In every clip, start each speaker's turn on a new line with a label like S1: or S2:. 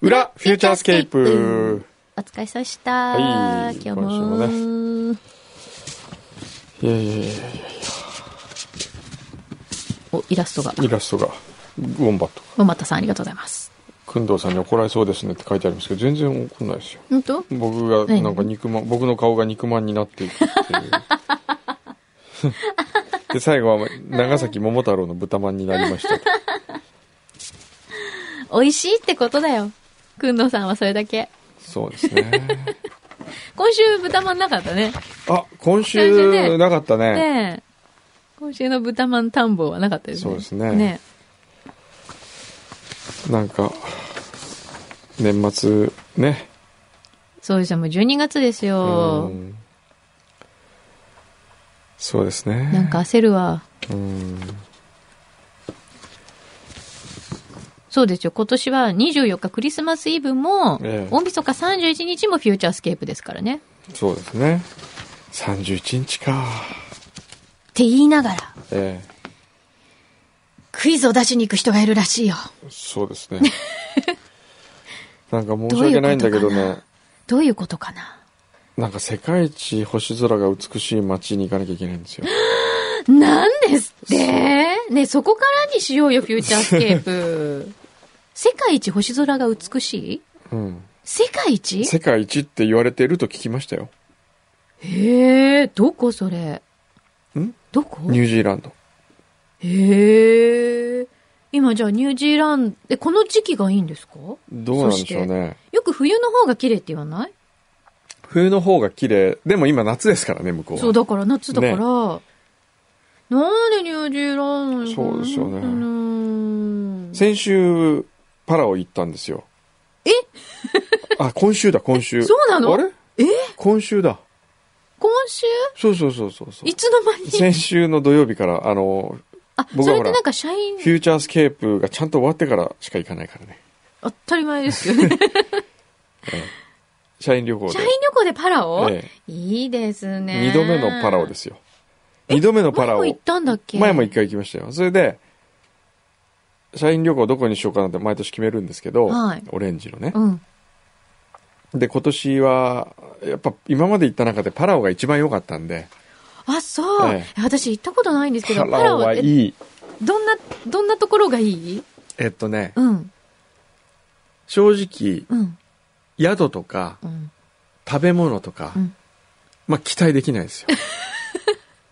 S1: フューチャースケープ。
S2: お疲れ様でした。
S1: はい
S2: 今日
S1: 今週
S2: も
S1: もいやいやいやい
S2: お、イラストが。
S1: やイラストが、ウォンバットが、
S2: またさんありがとうございます。
S1: くんどうさんに怒られそうですねって書いてありますけど、全然怒んないですよ。
S2: 本当
S1: 僕が、
S2: 何
S1: なんか肉まん、僕の顔が肉まんになっていくっていう。 で、最後は、長崎桃太郎の豚まんになりましたと。
S2: 美味しいってことだよ。くんどうさんはそれだけ。
S1: そうですね。
S2: 今週豚まんなかったね。
S1: あ、今
S2: 今週ね
S1: 週、なかったね。
S2: ねえ。今週の豚まん探訪はなかったです
S1: そ
S2: ね。
S1: うですね
S2: ね
S1: なんか、年末、ね。
S2: えそうですよ。もう12月ですよ
S1: う。んそうですね。
S2: なんか焦るわ。
S1: うん。
S2: そうですよ。今年は24日クリスマスイブも、
S1: ええ
S2: 大晦日31日もフューチャースケープですからね。
S1: そうですね。31日か。
S2: って言いながら、
S1: え
S2: クイズを出しに行く人がいるらしいよ。
S1: えそうです ね。なんか申し訳ないんだけど
S2: どういう
S1: ね。
S2: どういうことかな
S1: なんか世界一星空が美しい街に行かなきゃいけないんですよ。
S2: なんですってね、そこからにしようよ、フューチャースケープ。 世界一星空が美しい
S1: うん。
S2: 世界一
S1: 世界一って言われてると聞きましたよ。
S2: へえ、どこそれ
S1: ん
S2: どこ
S1: ニュージーランド。
S2: へえ。今じゃあニュージーランド、え、この時期がいいんですか
S1: どうなんでしょう
S2: そして
S1: ね。
S2: よく冬の方が綺麗って言わない
S1: 冬の方が綺麗。でも今夏ですからね、向こうは。
S2: そう、だから夏だから。
S1: ね
S2: なんでニュージーランド
S1: そうですよね
S2: ね
S1: 先週、パラオ行ったんですよ。
S2: え
S1: あ、今週だ、今週。
S2: そうなの
S1: あれえ今週だ。
S2: 今週
S1: そうそうそうそうそう
S2: い。つの間に
S1: 先週の土曜日から、あの、
S2: あ、
S1: 僕は
S2: それっ
S1: ほら
S2: てなんか社員
S1: フ、ューチャースケープがちゃんと終わってからしか行かないからね。
S2: 当たり前ですよね。
S1: 社員旅行で
S2: 社員。旅行でパラオ、
S1: え
S2: いいですね。。
S1: 二度目のパラオですすよ。二度目のパ
S2: 前
S1: ラオ。
S2: も行ったんだっけ
S1: 前も一回行きましたよ。それで、社員旅行どこにしようかなって毎年決めるんですけど、
S2: はい
S1: オレンジのね。
S2: うん。
S1: で、今年は、やっぱ今まで行った中でパラオが一番良かったんで、
S2: あ、そう、
S1: え
S2: 私行ったことないんですけど、
S1: パ
S2: パラ
S1: ラ
S2: オ
S1: オ
S2: は
S1: はいい。
S2: どんな、どんなところがいい
S1: えっとね、
S2: うん。
S1: 正直、
S2: うん。
S1: 宿とか
S2: うん。
S1: 食べ物とか、
S2: うん
S1: まあ期待できないですよ。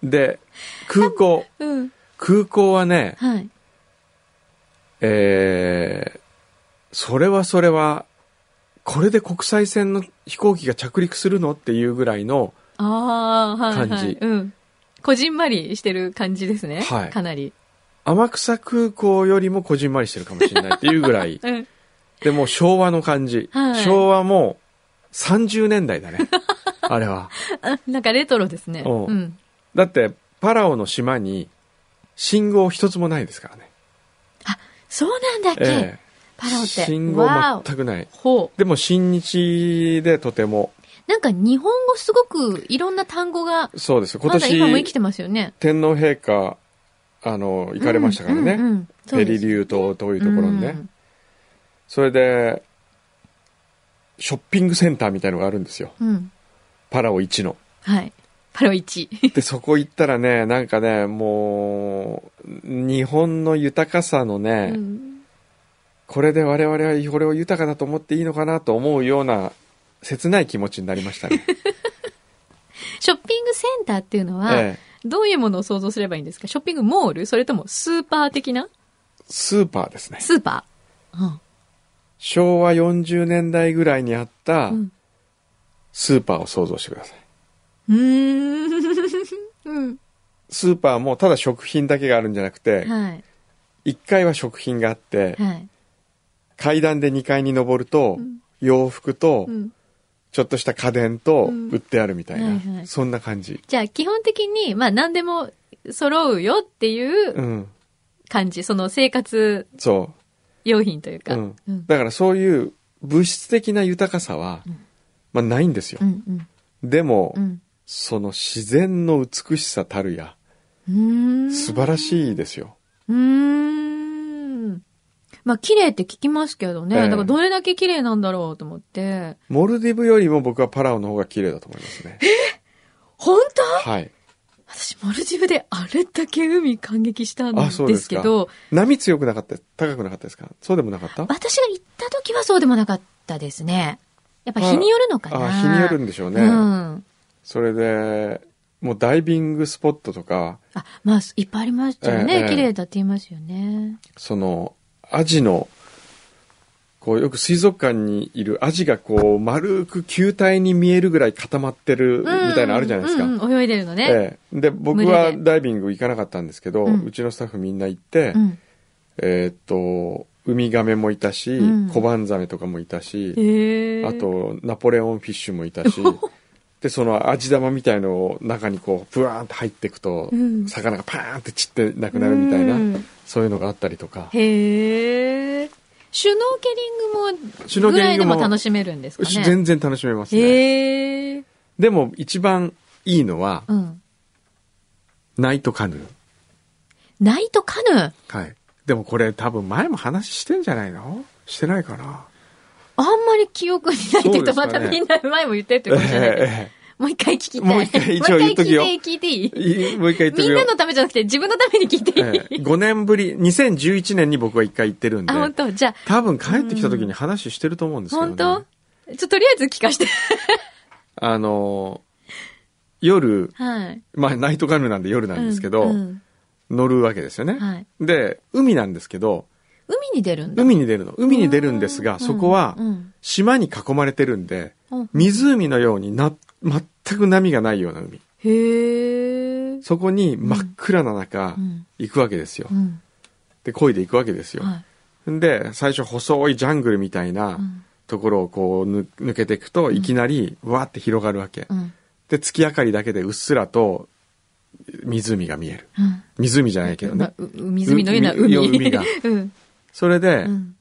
S1: で、空港、
S2: うん。
S1: 空港はね、
S2: はい。
S1: えー、それはそれは、これで国際線の飛行機が着陸するのっていうぐらいの、
S2: ああ、はい、はい。
S1: 感じ
S2: うん。こじんまりしてる感じですね。
S1: はい
S2: かなり。。
S1: 天草空港よりもこじんまりしてるかもしれないっていうぐらい
S2: うん。
S1: でもう昭和の感じ。
S2: はい
S1: 昭和も30年代だ ね。あれは。
S2: あなんかレトロですね。
S1: おう
S2: うん。
S1: だって、パラオの島に信号一つもないですからね。
S2: そうなんだっけ、
S1: ええ
S2: パラオって。
S1: 信号
S2: わーお
S1: 全くない。
S2: ほう。
S1: でも、新日でとても、
S2: なんか日本語すごくいろんな単語が、
S1: そうです。今
S2: まだ今も生
S1: 年
S2: き、てますよね。
S1: 天皇陛下、あの、行かれましたから
S2: うんうん
S1: ね。
S2: うんそう
S1: ペ
S2: です
S1: リリュー島というところに
S2: う
S1: ね
S2: ん。
S1: それで、ショッピングセンターみたいのがあるんですよ。
S2: うん。
S1: パラオ一の。
S2: はい。パラオ1。
S1: で、そこ行ったらね、なんかね、もう、日本の豊かさのね、
S2: うん
S1: これで我々はこれを豊かだと思っていいのかなと思うような切ない気持ちになりました ね。
S2: ショッピングセンターっていうのは、
S1: ええ
S2: どういうものを想像すればいいんですかショッピングモールそれともスーパー的な
S1: スーパーですね。
S2: スーパー、
S1: 昭和40年代ぐらいにあった
S2: うん、
S1: スーパーを想像してください。
S2: うん。うーん。うん。
S1: スーパーもただ食品だけがあるんじゃなくて、
S2: はい。
S1: 1階は食品があって、
S2: はい。
S1: 階段で2階に登ると、
S2: ん
S1: 洋服と
S2: う、ん。
S1: ちょっとした家電と
S2: うん
S1: 売ってあるみたいな、
S2: はいはい
S1: そんな感じ。。
S2: じゃあ基本的に、まあ何でも揃うよっていううん感じ。その生活
S1: そ
S2: 用品という
S1: う。
S2: か。
S1: うん
S2: うん。
S1: だからそういう物質的な豊かさは、まあないんですよ
S2: う。ん。
S1: でも、
S2: うん。
S1: その自然の美しさたるや、
S2: うん。
S1: 素晴らしいですよ。
S2: うーん。まあ、綺麗って聞きますけどね。
S1: ええ
S2: だからどれだけ綺麗なんだろうと思って。
S1: モルディブよりも僕はパラオの方が綺麗だと思いますね。
S2: 本当
S1: はい。
S2: 私、モルジブであれだけ海感激したん
S1: あそうで
S2: ですす
S1: か
S2: けど、
S1: 波強くなかった、高くなかったですかそうでもなかった
S2: 私が行った時はそうでもなかったですね。やっぱ日によるのかな。
S1: あ、日によるんでしょうね。
S2: うん。
S1: それで、もうダイビングスポットとか、
S2: あ、まあ、いっぱいありました
S1: え
S2: よ
S1: ええ
S2: ね。
S1: え
S2: 綺麗だって言いますよね。
S1: その、アジの、こう、よく水族館にいるアジがこう、丸く球体に見えるぐらい固まってるみたいなのあるじゃないですか。
S2: うんうん、泳いでるのね。
S1: ええ、で僕
S2: 群
S1: は
S2: れで
S1: ダイビング行かなかったんですけど、う
S2: うん
S1: ちのスタッフみんな行って、
S2: うん。
S1: えーっとウミガメもいたし、
S2: うん
S1: コバンザメとかもいたし、
S2: へえ。
S1: あ、とナポレオンフィッシュもいたし でその味玉みたいのを中にこうブワーンって入っていくと、
S2: うん
S1: 魚がパーンって散ってなくなるみたいな、
S2: うん
S1: そういうのがあったりとか
S2: へえ。シュノーケリングも、
S1: シュノーケ
S2: ぐら
S1: リン
S2: い
S1: グ
S2: で
S1: も
S2: も楽しめるんですかね。
S1: 全然楽しめますね
S2: へえ。
S1: でも一番いいのは
S2: うん。
S1: ナイトカヌー、
S2: ナイトカヌー。
S1: はい、でもこれ多分前も話してんじゃないのしてないかな
S2: あんまり記憶にないというか、
S1: そう
S2: ま
S1: ですか
S2: た
S1: ね
S2: みんな前も言ってってことじゃないけど、
S1: ええ
S2: もう一回聞きたい。
S1: もう一回一応言っときよ
S2: もう一回聞いて、聞いていい
S1: いもう一回言って
S2: み
S1: みよ
S2: んな
S1: う。
S2: のためじゃなくて自分のために聞いていい、
S1: ええ5年ぶり、2011年に僕は一回行ってるんで
S2: あ、、本当じゃ
S1: 多分帰ってきた時に話してると思うんです
S2: あ、
S1: けど、ね。
S2: 本当ちょっととりあえず聞かして。
S1: あの、夜、
S2: はい。
S1: まあナイトカヌーなんで夜なんですけど、
S2: うん
S1: 乗るわけですよ
S2: うん
S1: ね。
S2: はい。
S1: で、海なんですけど、
S2: 海に出るんだ。
S1: 海に出るの。海に出るんですが、そこは
S2: うん
S1: 島に囲まれてるんで、
S2: うん
S1: 湖のようにな、全く波がないような海。
S2: へえ。
S1: そこに真っ暗な中
S2: う、ん。
S1: 行くわけですよ
S2: う。ん。
S1: で、漕いで行くわけですよ。
S2: は
S1: で、最初細いジャングルみたいな、
S2: い。うん。
S1: ところをこうぬ抜けていくといきなりわーって広がるわけ、
S2: うん。
S1: で月明かりだけでうっすらと湖が見える
S2: うん。
S1: 湖じゃないけ どね、
S2: うう湖のような
S1: 海
S2: 海。
S1: 海が
S2: うん。
S1: それで
S2: うん。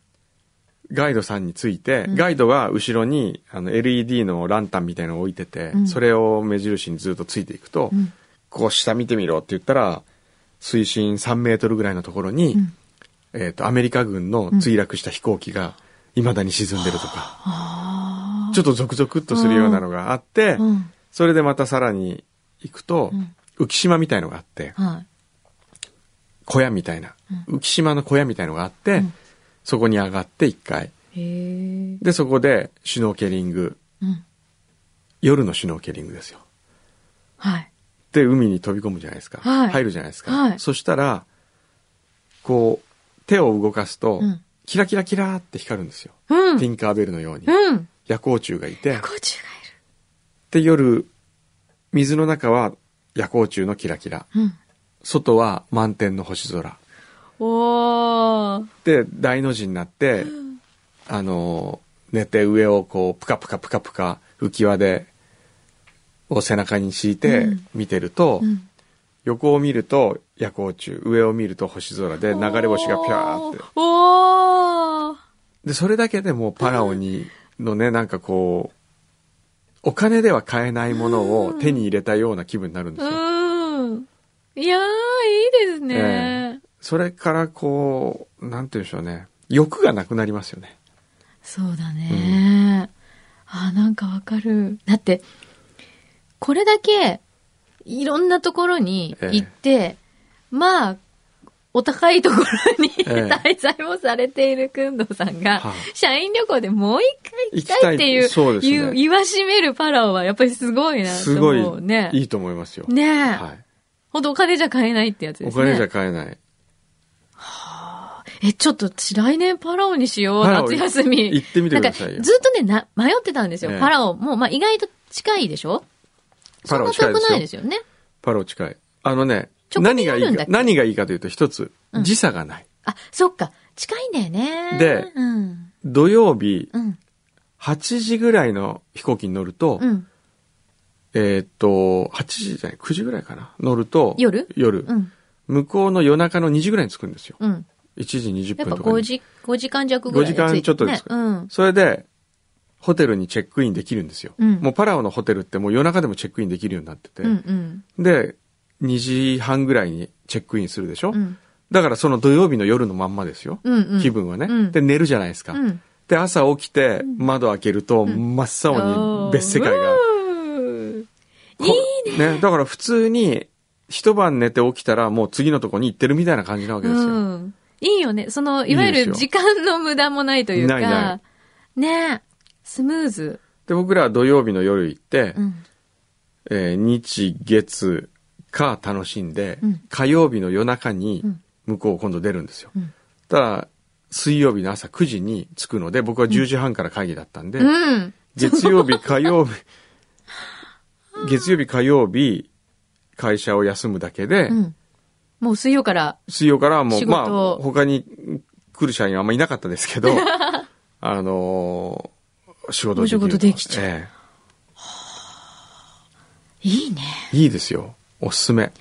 S1: ガイドさんについて、
S2: うん
S1: ガイドは後ろにあの LED のランタンみたいのを置いてて、
S2: うん
S1: それを目印にずっとついていくと、
S2: うん。
S1: こう下見てみろって言ったら水深3メートルぐらいのところに、
S2: うん
S1: えー、とアメリカ軍の墜落した飛行機が未だに沈んでるとか、
S2: ああ。
S1: ちょっとゾクゾクっとするようなのがあって、
S2: うん。
S1: それでまたさらに行くと、
S2: うん
S1: 浮島みたいのがあって、
S2: はい。
S1: 小屋みたいな、浮島の小屋みたいのがあって、
S2: うん
S1: そこに上がって1階。
S2: へえ。
S1: で、そこでシュノーケリング、
S2: うん。
S1: 夜のシュノーケリングですよ。
S2: はい。
S1: で、海に飛び込むじゃないですか。
S2: はい
S1: 入るじゃないですか。
S2: はい
S1: そしたら、こう、手を動かすと、
S2: うん
S1: キラキラキラーって光るんですよ。
S2: うん。
S1: ティンカーベルのように。
S2: うん。
S1: 夜光虫がいて、
S2: 甲虫が
S1: で、夜、水の中は夜光虫のキラキラ。
S2: いる。うん。
S1: 外は満天の星空。
S2: おー。
S1: で大の字になって、あの寝て上をこうプカプカプカプカ浮き輪でを背中に敷いて
S2: うん
S1: 見てると、
S2: うん
S1: 横を見ると夜光虫上を見ると星空で流れ星がピャーって
S2: おー。
S1: でそれだけでもうパラオにのねなんかこうお金では買えないものを手に入れたような気分になるんですよ。
S2: うん。いやー、いいですね。
S1: それからこうなんて言うんでしょうね欲がなくなりますよね。
S2: そうだね。あ、なんかわかる。だって、これだけ、いろんなところに行って、まあ、お高いところに
S1: ええ
S2: 滞在もされているくんどさんが、
S1: はい
S2: 社員旅行でもう一回行きたいっていう、
S1: 行きたいそうですね
S2: いう言わしめるパラオはやっぱりすごいな
S1: す
S2: と
S1: ごい
S2: 思うね。
S1: いいと思いますよ。
S2: ねえ。
S1: はい
S2: ほんとお金じゃ買えないってやつで
S1: お
S2: すね。
S1: 金じゃ買えない。
S2: え、ちょっと私来年パラオにしよう、
S1: パラオ
S2: 夏休み。
S1: 行ってみてください
S2: なん
S1: よ
S2: か。ずっとね、な迷ってたんですよ。
S1: ええ
S2: パラオ、もう、まあ、意外と近いでしょ
S1: パラオ近いで
S2: そんな遠く
S1: す
S2: な
S1: よ
S2: いで。すよね。
S1: パラオ近い。あのね、
S2: 直
S1: 何
S2: 近
S1: が
S2: あ
S1: い
S2: る
S1: い
S2: んだ
S1: か
S2: っ、け
S1: 何がいいかというと一つ、
S2: うん
S1: 時差がない。
S2: あ、そっか。近いんだよね。
S1: で
S2: うん。
S1: 土曜日
S2: うん。
S1: 8時ぐらいの飛行機に乗ると、
S2: うん。
S1: えーっと、8時じゃない、9時ぐらいかな。乗ると、
S2: 夜
S1: 夜。
S2: うん。
S1: 向こうの夜中の2時ぐらいに着くんですよ。
S2: うん。
S1: 1時20
S2: やっ
S1: 分
S2: ぱ
S1: とか
S2: 5
S1: に。
S2: 時、5時間弱ぐらい
S1: 5時間ちょっとですか
S2: ね。うん。
S1: それで、ホテルにチェックインできるんですよ。
S2: うん
S1: もうパラオのホテルってもう夜中でもチェックインできるようになってて。
S2: うんうん。
S1: で、2時半ぐらいにチェックインするでしょ、
S2: うん。
S1: だからその土曜日の夜のまんまですよ。
S2: うんうん。
S1: 気分はね、
S2: うん
S1: で、寝るじゃないですか。
S2: うん。
S1: で、朝起きて、
S2: うん
S1: 窓開けると、
S2: うん
S1: 真っ青に別世界が。
S2: うんいい
S1: ねだから普通に、一晩寝て起きたら、もう次のとこに行ってるみたいな感じなわけですよ。
S2: うん。いいよね。その、いわゆ
S1: いい
S2: る
S1: ですよ
S2: 時間の無駄もないというか。
S1: ないな
S2: ねスムーズ。
S1: で、僕らは土曜日の夜行って、
S2: うん。
S1: えー日、月、か楽しんで、
S2: うん
S1: 火曜日の夜中に
S2: うん、
S1: 向こう今度出るんですよ。
S2: うん
S1: ただ、水曜日の朝9時に着くので、僕は10時半から会議だったんで、
S2: うん。
S1: 月曜日、火曜日、 月曜日、火曜日、会社を休むだけで、
S2: うん。もう水曜から。
S1: 水曜からはもう、
S2: 仕
S1: まあ、
S2: 事を
S1: 他に来る社員はあんまりいなかったです けど、あのー仕事
S2: お仕事
S1: で
S2: で
S1: き
S2: き
S1: る
S2: ち
S1: と
S2: ゃう
S1: え
S2: いいね。
S1: えいいですよ。おすすめ。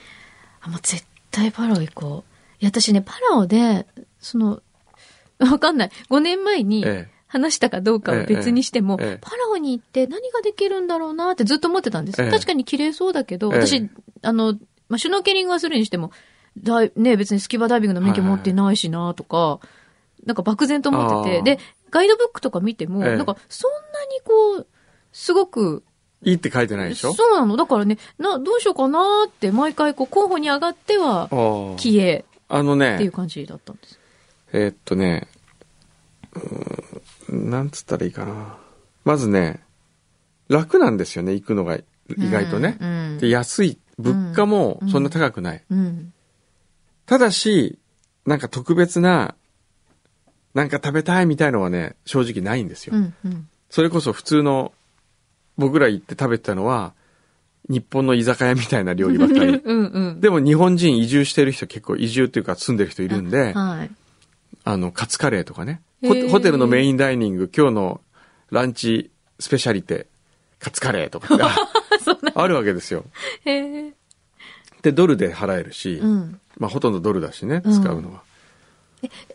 S2: あ、もう絶対パラオ行こう。いや、私ね、パラオで、その、 わかんない。5年前に
S1: え
S2: 話したかどうかは別にしても、
S1: ええええ
S2: パラオに行って何ができるんだろうなってずっと思ってたんです。
S1: ええ
S2: 確かに綺麗そうだけど、
S1: ええ
S2: 私、あの、まあ、シュノーケリングはするにしても、だいね、別にスキューバダイビングの免許持ってないしなとか、なんか漠然と思って
S1: あー
S2: て、で、ガイドブックとか見ても、
S1: ええ
S2: なんかそんなにこう、すごく
S1: えいいって書いてないでしょ
S2: そうなの。だからね、な、どうしようかなーって、毎回こう、候補に上がっては、
S1: あー
S2: 消え
S1: あの
S2: ってい
S1: ね
S2: う、感じだったんです。
S1: えーっとね、うーんなんつったらいいかな。まずね、楽なんですよね、行くのが意外とね。
S2: うん。
S1: で安い、物価もそんな高くない。
S2: うん。
S1: ただし、なんか特別な、なんか食べたいみたいのはね、正直ないんですよ。
S2: うん。うん。。
S1: それこそ普通の、僕ら行って食べてたのは、日本の居酒屋みたいな料理ばっかり
S2: うんうん。
S1: でも日本人移住してる人結構移住っていうか住んでる人いるんで、あ
S2: はい。
S1: の、カツカレーとかね。
S2: へ
S1: ホ
S2: ー
S1: ホテルのメインダイニング、今日のランチスペシャリテ、カツカレー とかがあるわけですよ。
S2: へえ。
S1: で、ドルで払えるし、
S2: うん。
S1: まあほとんどドルだしね、使うのは。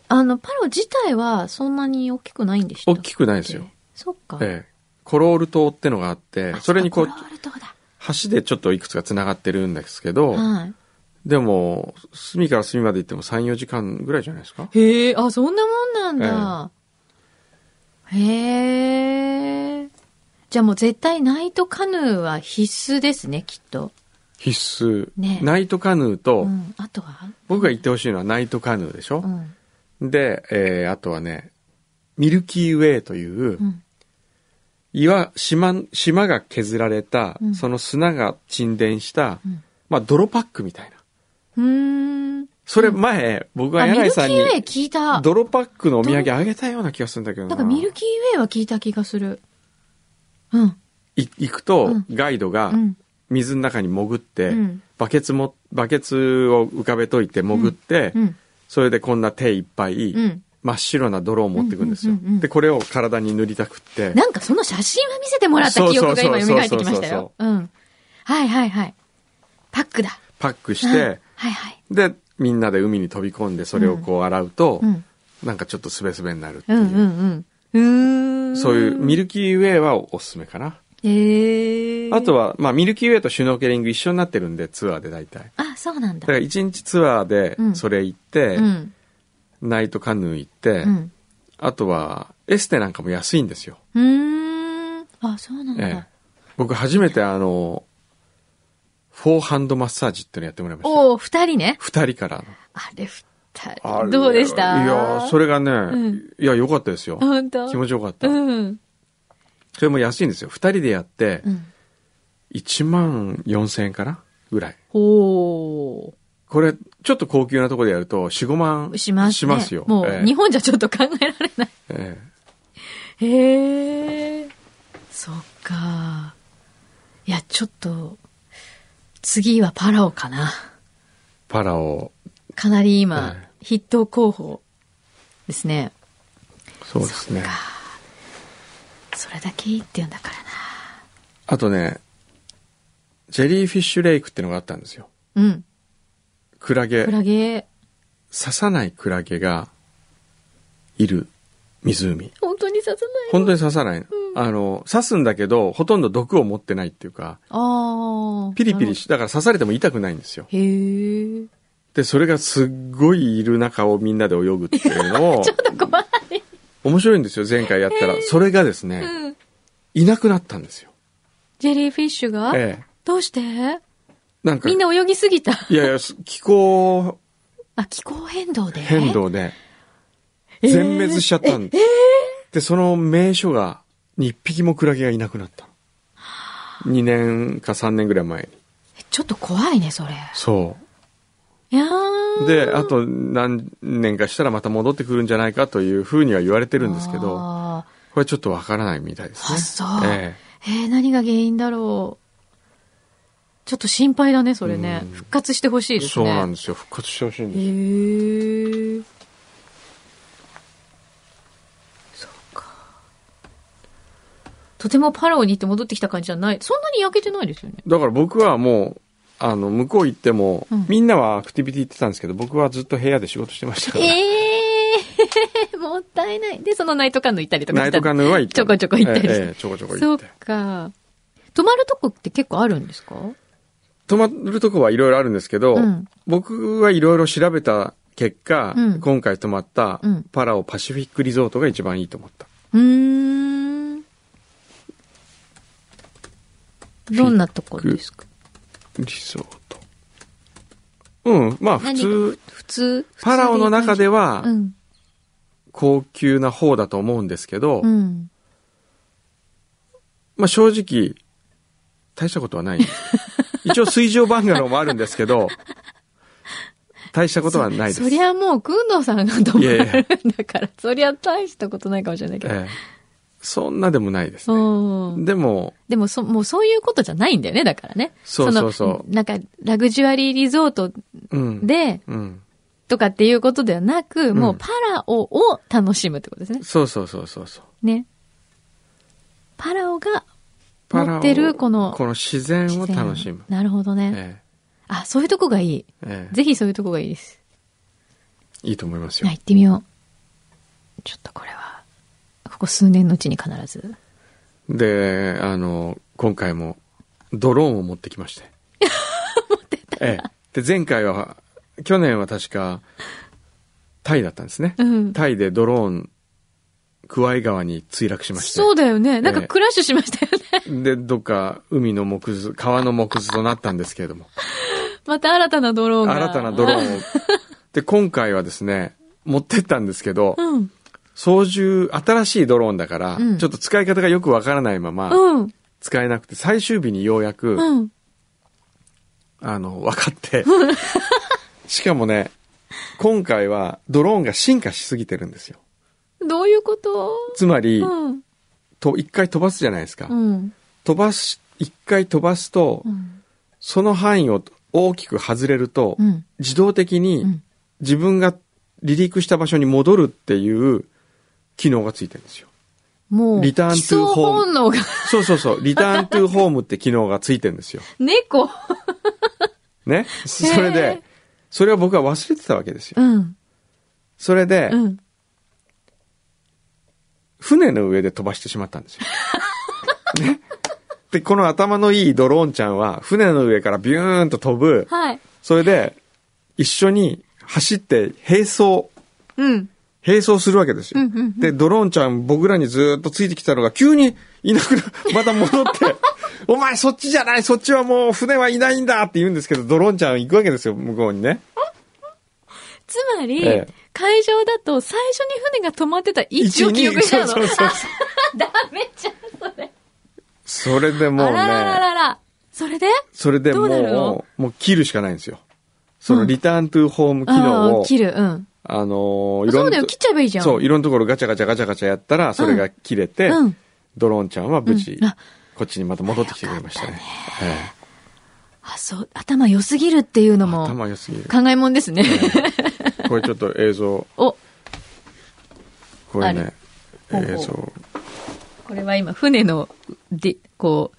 S2: あの、パロ自体は、そんなに大きくないんでした
S1: 大きくないですよ。。
S2: そっか。
S1: ええ、コロール島ってのがあって
S2: あ
S1: それにこう
S2: コロワル島だ
S1: 橋でちょっといくつか繋がってるんですけど、
S2: は
S1: でも隅から隅まで行っても34時間ぐらいじゃないですか
S2: い。へえ、あ、そんなもんなんだ。へえ。じゃあもう絶対ナイトカヌーは必須ですね、きっと。
S1: 必須、
S2: ね
S1: ナイトカヌーと、
S2: うん。あとは
S1: 僕が行ってほしいのはナイトカヌーでしょ
S2: う、ん。
S1: で、えーあとはねミルキーウェイという
S2: うん。
S1: 岩島島が削られた、
S2: うん
S1: その砂が沈殿した、
S2: うん
S1: まあ泥パックみたいな
S2: うーん。
S1: それ前、僕は
S2: あ、ミ
S1: 柳井
S2: ルキ
S1: さ
S2: ー
S1: んに
S2: ウェイ聞いた。
S1: 泥パックのお土産あげたような気がするんだけどな
S2: なんかミルキーウェイは聞いた気がする。うん。
S1: い行くと、
S2: うん
S1: ガイドが
S2: うん。
S1: 水の中に潜って、
S2: うん
S1: バケツもバケツを浮かべといて潜って、
S2: うん。
S1: それでこんな手いっぱい、
S2: うん。
S1: 真っ白な泥を持ってくんですよ、
S2: うんうんうんうん
S1: でこれを体に塗りたくって
S2: なんかその写真は見せてもらった記憶が今蘇ってきましたよ。うん。はいはいはい。パックだ。
S1: パックし
S2: うん
S1: て、
S2: はいはい。
S1: でみんなで海に飛び込んでそれをこう洗うと、
S2: うん。
S1: なんかちょっとスベスベになるって
S2: う
S1: い
S2: ん
S1: う、
S2: うんうん。うーん。
S1: そういうミルキーウェイはおすすめかな、
S2: へえ。
S1: あと。は、まあ、ミルキーウェイとシュノーケリング一緒になってるんでツアーで大体
S2: あ、そうなん
S1: だか。
S2: だ
S1: ら1日ツアーで
S2: うん
S1: それ行って、
S2: うん。
S1: ナイトカヌー行って、
S2: うん。
S1: あとは、エステなんかも安いんですよ。
S2: うーん。あ、そうなん
S1: え
S2: だ
S1: え。僕初めてあの、フォーハンドマッサージってのやってもらいましたよ。
S2: おお二人ね。
S1: 二人から
S2: あれ二
S1: の。
S2: 人。どうでした
S1: いやー、そ
S2: れ。
S1: れがね、
S2: ん
S1: いや、良かったですよ。
S2: 本当
S1: 気持ちよかった。
S2: うん。
S1: それも安いんですよ。二人でやって
S2: う、ん。
S1: 1万4千円かなぐらい。
S2: ほ
S1: これ、ちょっと高級なところでやると、4、5万
S2: う。します、ね。
S1: しますよ。
S2: もう、
S1: ええ
S2: 日本じゃちょっと考えられない。
S1: え
S2: へえ。そっか。いや、ちょっと、次はパラオかな。
S1: えパラオ。
S2: かなり今、
S1: え
S2: 筆頭候補ですね。
S1: そうですね。
S2: それだけいいって言うんだから
S1: あとね、ジェリーフィッシュレイクってのがあったんですよ。
S2: な。うん。
S1: クラゲ。
S2: クラゲ、
S1: 刺さないクラゲがいる湖。
S2: 本当に刺さない。
S1: 本当に刺さないの。あの、刺すんだけど、ほとんど毒を持ってないっていうか、
S2: ああ。
S1: ピリピリ
S2: し
S1: し、だから刺されても痛くないんですよ。
S2: へえ。
S1: で、それがすっごいいる中をみんなで泳ぐっていうのを、
S2: ちょっと怖い。
S1: 面白いんですよ、前回やったら。それがですね、
S2: うん。
S1: いなくなったんですよ。
S2: ジェリーフィッシュが、
S1: ええ。
S2: どうして
S1: なんか、
S2: みんな泳ぎすぎた。
S1: いやいや、す気候
S2: あ、気候変動で
S1: 変動で
S2: えー
S1: 全滅しちゃったんです。で、その名所が、に一匹もクラゲがいなくなったの。2年か3年ぐらい前に。
S2: えちょっと怖いね、それ。
S1: そ
S2: いやー
S1: う。で、あと何年かしたらまた戻ってくるんじゃないかというふうには言われて
S2: あ
S1: るんですけど、
S2: ー。
S1: これちょっとわからないみたいですね。
S2: あそう
S1: え
S2: えー、何が原因だろう。ちょっと心配だね、それね
S1: うん。
S2: 復活してほし
S1: え
S2: いですね。
S1: そうなんですよ。復活してほしいんです
S2: へ
S1: よ。
S2: ーそうかとてもパラオに行って戻ってきた感じじゃない。そんなに焼けてないですよね。
S1: だから僕はもう、あの、向こう行っても、
S2: うん
S1: みんなはアクティビティ行ってたんですけど、僕はずっと部屋で仕事してましたから。
S2: えー、 もったいない。で、そのナイトカンヌ行ったりとか
S1: ナ
S2: し
S1: イ
S2: た
S1: トカヌーは行った
S2: ちょこちょこ行ったりして
S1: ええええちょこちょこ
S2: そ
S1: 行
S2: う
S1: って
S2: か。泊まるとこって結構あるんですか
S1: 泊まるとこはいろいろあるんですけど、
S2: うん
S1: 僕はいろいろ調べた結果、
S2: うん
S1: 今回泊まった
S2: うん
S1: パラオパシフィックリゾートが一番いいと思った、
S2: うーん。どんなとこですか
S1: リゾートうんまあ普
S2: 何
S1: 通
S2: 普通
S1: パラオの中では
S2: は、うん。
S1: 高級な方だと思うんですけど、
S2: うん。
S1: まあ正直大したことはない 一応水上バンガローもあるんですけど大したことはないです
S2: そりゃもう、くんどうさんが泊ま
S1: い
S2: る
S1: やいや
S2: んだから、 そりゃ大したことないかもしれないけど。
S1: ええそんなでもないですね
S2: うん
S1: でも
S2: でもそ、もうそういうことじゃないんだよね、だからね。
S1: そうそうそう
S2: のなんか、ラグジュアリーリゾート
S1: うん
S2: で、
S1: うん
S2: とかっていうことではなく、
S1: ん
S2: もうパラオを楽しむってことですね。
S1: そうそうそうそうそう
S2: ね。パラオが
S1: パラオ
S2: 持ってるこの
S1: この自然を
S2: 自然
S1: 楽しむ、
S2: なるほどね。
S1: え
S2: あ、そういうとこがいい。
S1: えええ
S2: ぜひそういうとこがいいです。
S1: いいと思います
S2: あ
S1: よ、
S2: 行ってみよう。ちょっとこれは、ここ数年のうちに必ず。
S1: であの今回もドローンを持ってきま して持ってた、ええ、で前回は去年は確かタイだったんですね、
S2: うん。
S1: タイでドローンクワイ川に墜落しまして
S2: そうだよね。なん
S1: え
S2: か
S1: え
S2: クラッシュしましたよね。
S1: でどっか海の木図川の木図となったんですけれども
S2: また新たなドローンが。
S1: 新たなドロ ーンをで今回はですね持ってったんですけど、
S2: うん。
S1: 操縦、新しいドローンだから、
S2: うん
S1: ちょっと使い方がよくわからないまま、
S2: うん。
S1: 使えなくて、最終日にようやく、
S2: うん。
S1: あの、分かって。 しかもね、今回はドローンが進化しすぎてるんですよ。
S2: どういうこと
S1: つまり、
S2: うん。
S1: と、一回飛ばすじゃないですか。
S2: うん。
S1: 飛ばし、一回飛ばすと、
S2: うん。
S1: その範囲を大きく外れると、
S2: うん。
S1: 自動的
S2: う
S1: に
S2: ん
S1: 自分が離陸した場所に戻るっていう機能がついてるんですよ。
S2: もう、
S1: リターントゥーホーム
S2: 基礎本能が、
S1: そうそうそう、リターントゥーホームって機能がついてるんですよ。
S2: 猫。
S1: ね。それで、それを僕は忘れてたわけですよ。
S2: うん。
S1: それで、
S2: うん。
S1: 船の上で飛ばしてしまったんですよ。ね。 で、この頭のいいドローンちゃんは、船の上からビューンと飛ぶ。
S2: はい。
S1: それで、一緒に走って並走、
S2: うん。
S1: 並走するわけですよ。
S2: うんうんうん
S1: で、ドローンちゃん僕らにずーっとついてきたのが、急にいなく な、また戻って、お前そっちじゃないそっちはもう船はいないんだって言うんですけど、ドローンちゃん行くわけですよ、向こうにね。
S2: つまり、
S1: ええ
S2: 会場だと最初に船が止まってた位置を記憶しちゃうの。
S1: そうそうそうそう
S2: ダメじゃん、それ。
S1: それでもう
S2: あ
S1: ね、
S2: ららららら。それで
S1: それでも
S2: どうなるの
S1: う、もう切るしかないんですよ。その
S2: うん
S1: リターントゥーホーム機能
S2: あ
S1: を、
S2: ー切る。うん。
S1: あのー、い
S2: そ
S1: ろ
S2: うんだよ、
S1: な
S2: 切っちゃえばいいじゃん。
S1: そう、いろんなところガチャガチャガチャガチャやったら、それが切れて、
S2: うん。
S1: ドローンちゃんは無事
S2: うんあ、
S1: こっちにまた戻ってきてくれましたね。え
S2: あ、そう、頭良すぎるっていうの
S1: え
S2: も、
S1: 頭良すぎる。
S2: 考えもんですね。
S1: これちょっと映像、
S2: お、
S1: これ
S2: あ
S1: ね
S2: る、ほうほう
S1: 映像。
S2: これは今、船の、で、こ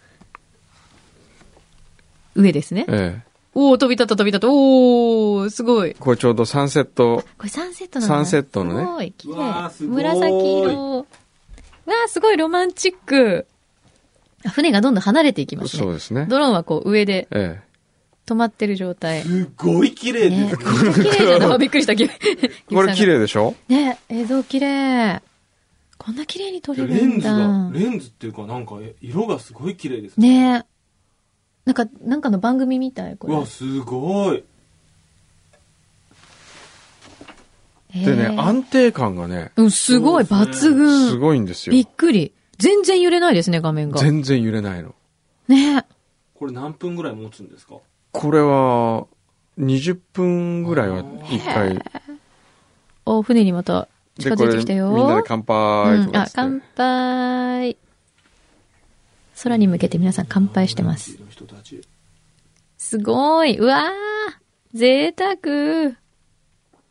S2: う、上ですね。
S1: ええ。
S2: おお飛び立った飛び立った。おおすごい。
S1: これちょうどサンセット、
S2: これサンセットなの
S1: サンセットのね
S2: すごい、綺
S3: うわーす
S2: 麗。
S3: ごい
S2: 紫色。わあ、すごいロマンチック。あ船がどんどん離れていきますね。
S1: そうですね。
S2: ドローンはこう上で
S1: ええ。
S2: 止まってる状態。ね、
S3: すごい綺麗です
S2: 綺麗じゃないびっくりした。ぎ
S1: これ綺。
S2: ぎ
S1: 麗でしょ
S2: さんがね、映像綺麗。こんな綺麗に撮れる
S3: レン
S2: ん
S3: ズが
S2: だ。
S3: レンズっていうかなんかえ色がすごい綺麗ですね
S2: ねなんか、なんかの番組みたい、こ
S3: う
S2: れ
S3: わ。すごい
S2: えー
S1: でね、安定感がね、
S2: うん、すごい、
S3: そうです
S2: 抜
S3: ね
S1: す
S2: 群。
S1: ごいんですよ
S2: び。っくり。全然揺れないですね、画面が。
S1: 全然揺れないの。
S2: ね
S3: これ何分ぐらい持つんですか
S1: これは、20分ぐらいは一回。
S2: お、船にまた近
S1: で、こ
S2: づい
S1: れ、
S2: てきたよ。
S1: みんなで乾杯と
S2: うん、
S1: か
S2: あ
S1: つっ、て
S2: 乾杯。空に向けて皆さん乾杯してます。
S3: 人たち
S2: すごい。うわー。贅沢。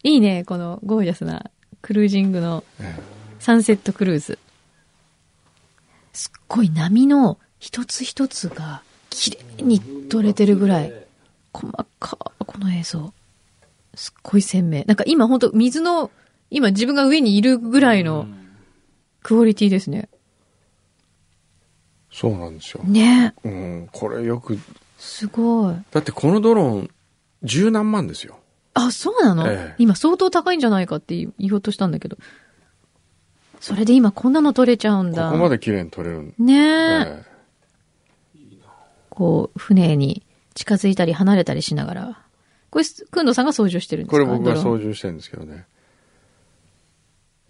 S2: いいね、このゴージャスなクルージングの
S1: え
S2: サンセットクルーズ。すっごい波の一つ一つが綺麗に撮れてるぐらい。細かーこの映像。すっごい鮮明。なんか今ほんと水の、今自分が上にいるぐらいのクオリティですね。
S1: そうなんですよ。
S2: ね
S1: うん、これよく、
S2: すごい。
S1: だってこのドローン、十何万ですよ。
S2: あ、そうなの、
S1: ええ
S2: 今相当高いんじゃないかって言い言おうとしたんだけど。それで今こんなの取れちゃうん
S1: こ
S2: だ。
S1: こまで綺麗に撮れるん
S2: ね
S1: え
S2: え、
S1: え
S2: こう、船に近づいたり離れたりしながら。これ、くんどさんが操縦してるんです
S1: こ
S2: か
S1: れ僕が操
S2: 縦。
S1: 縦してるんですけどね。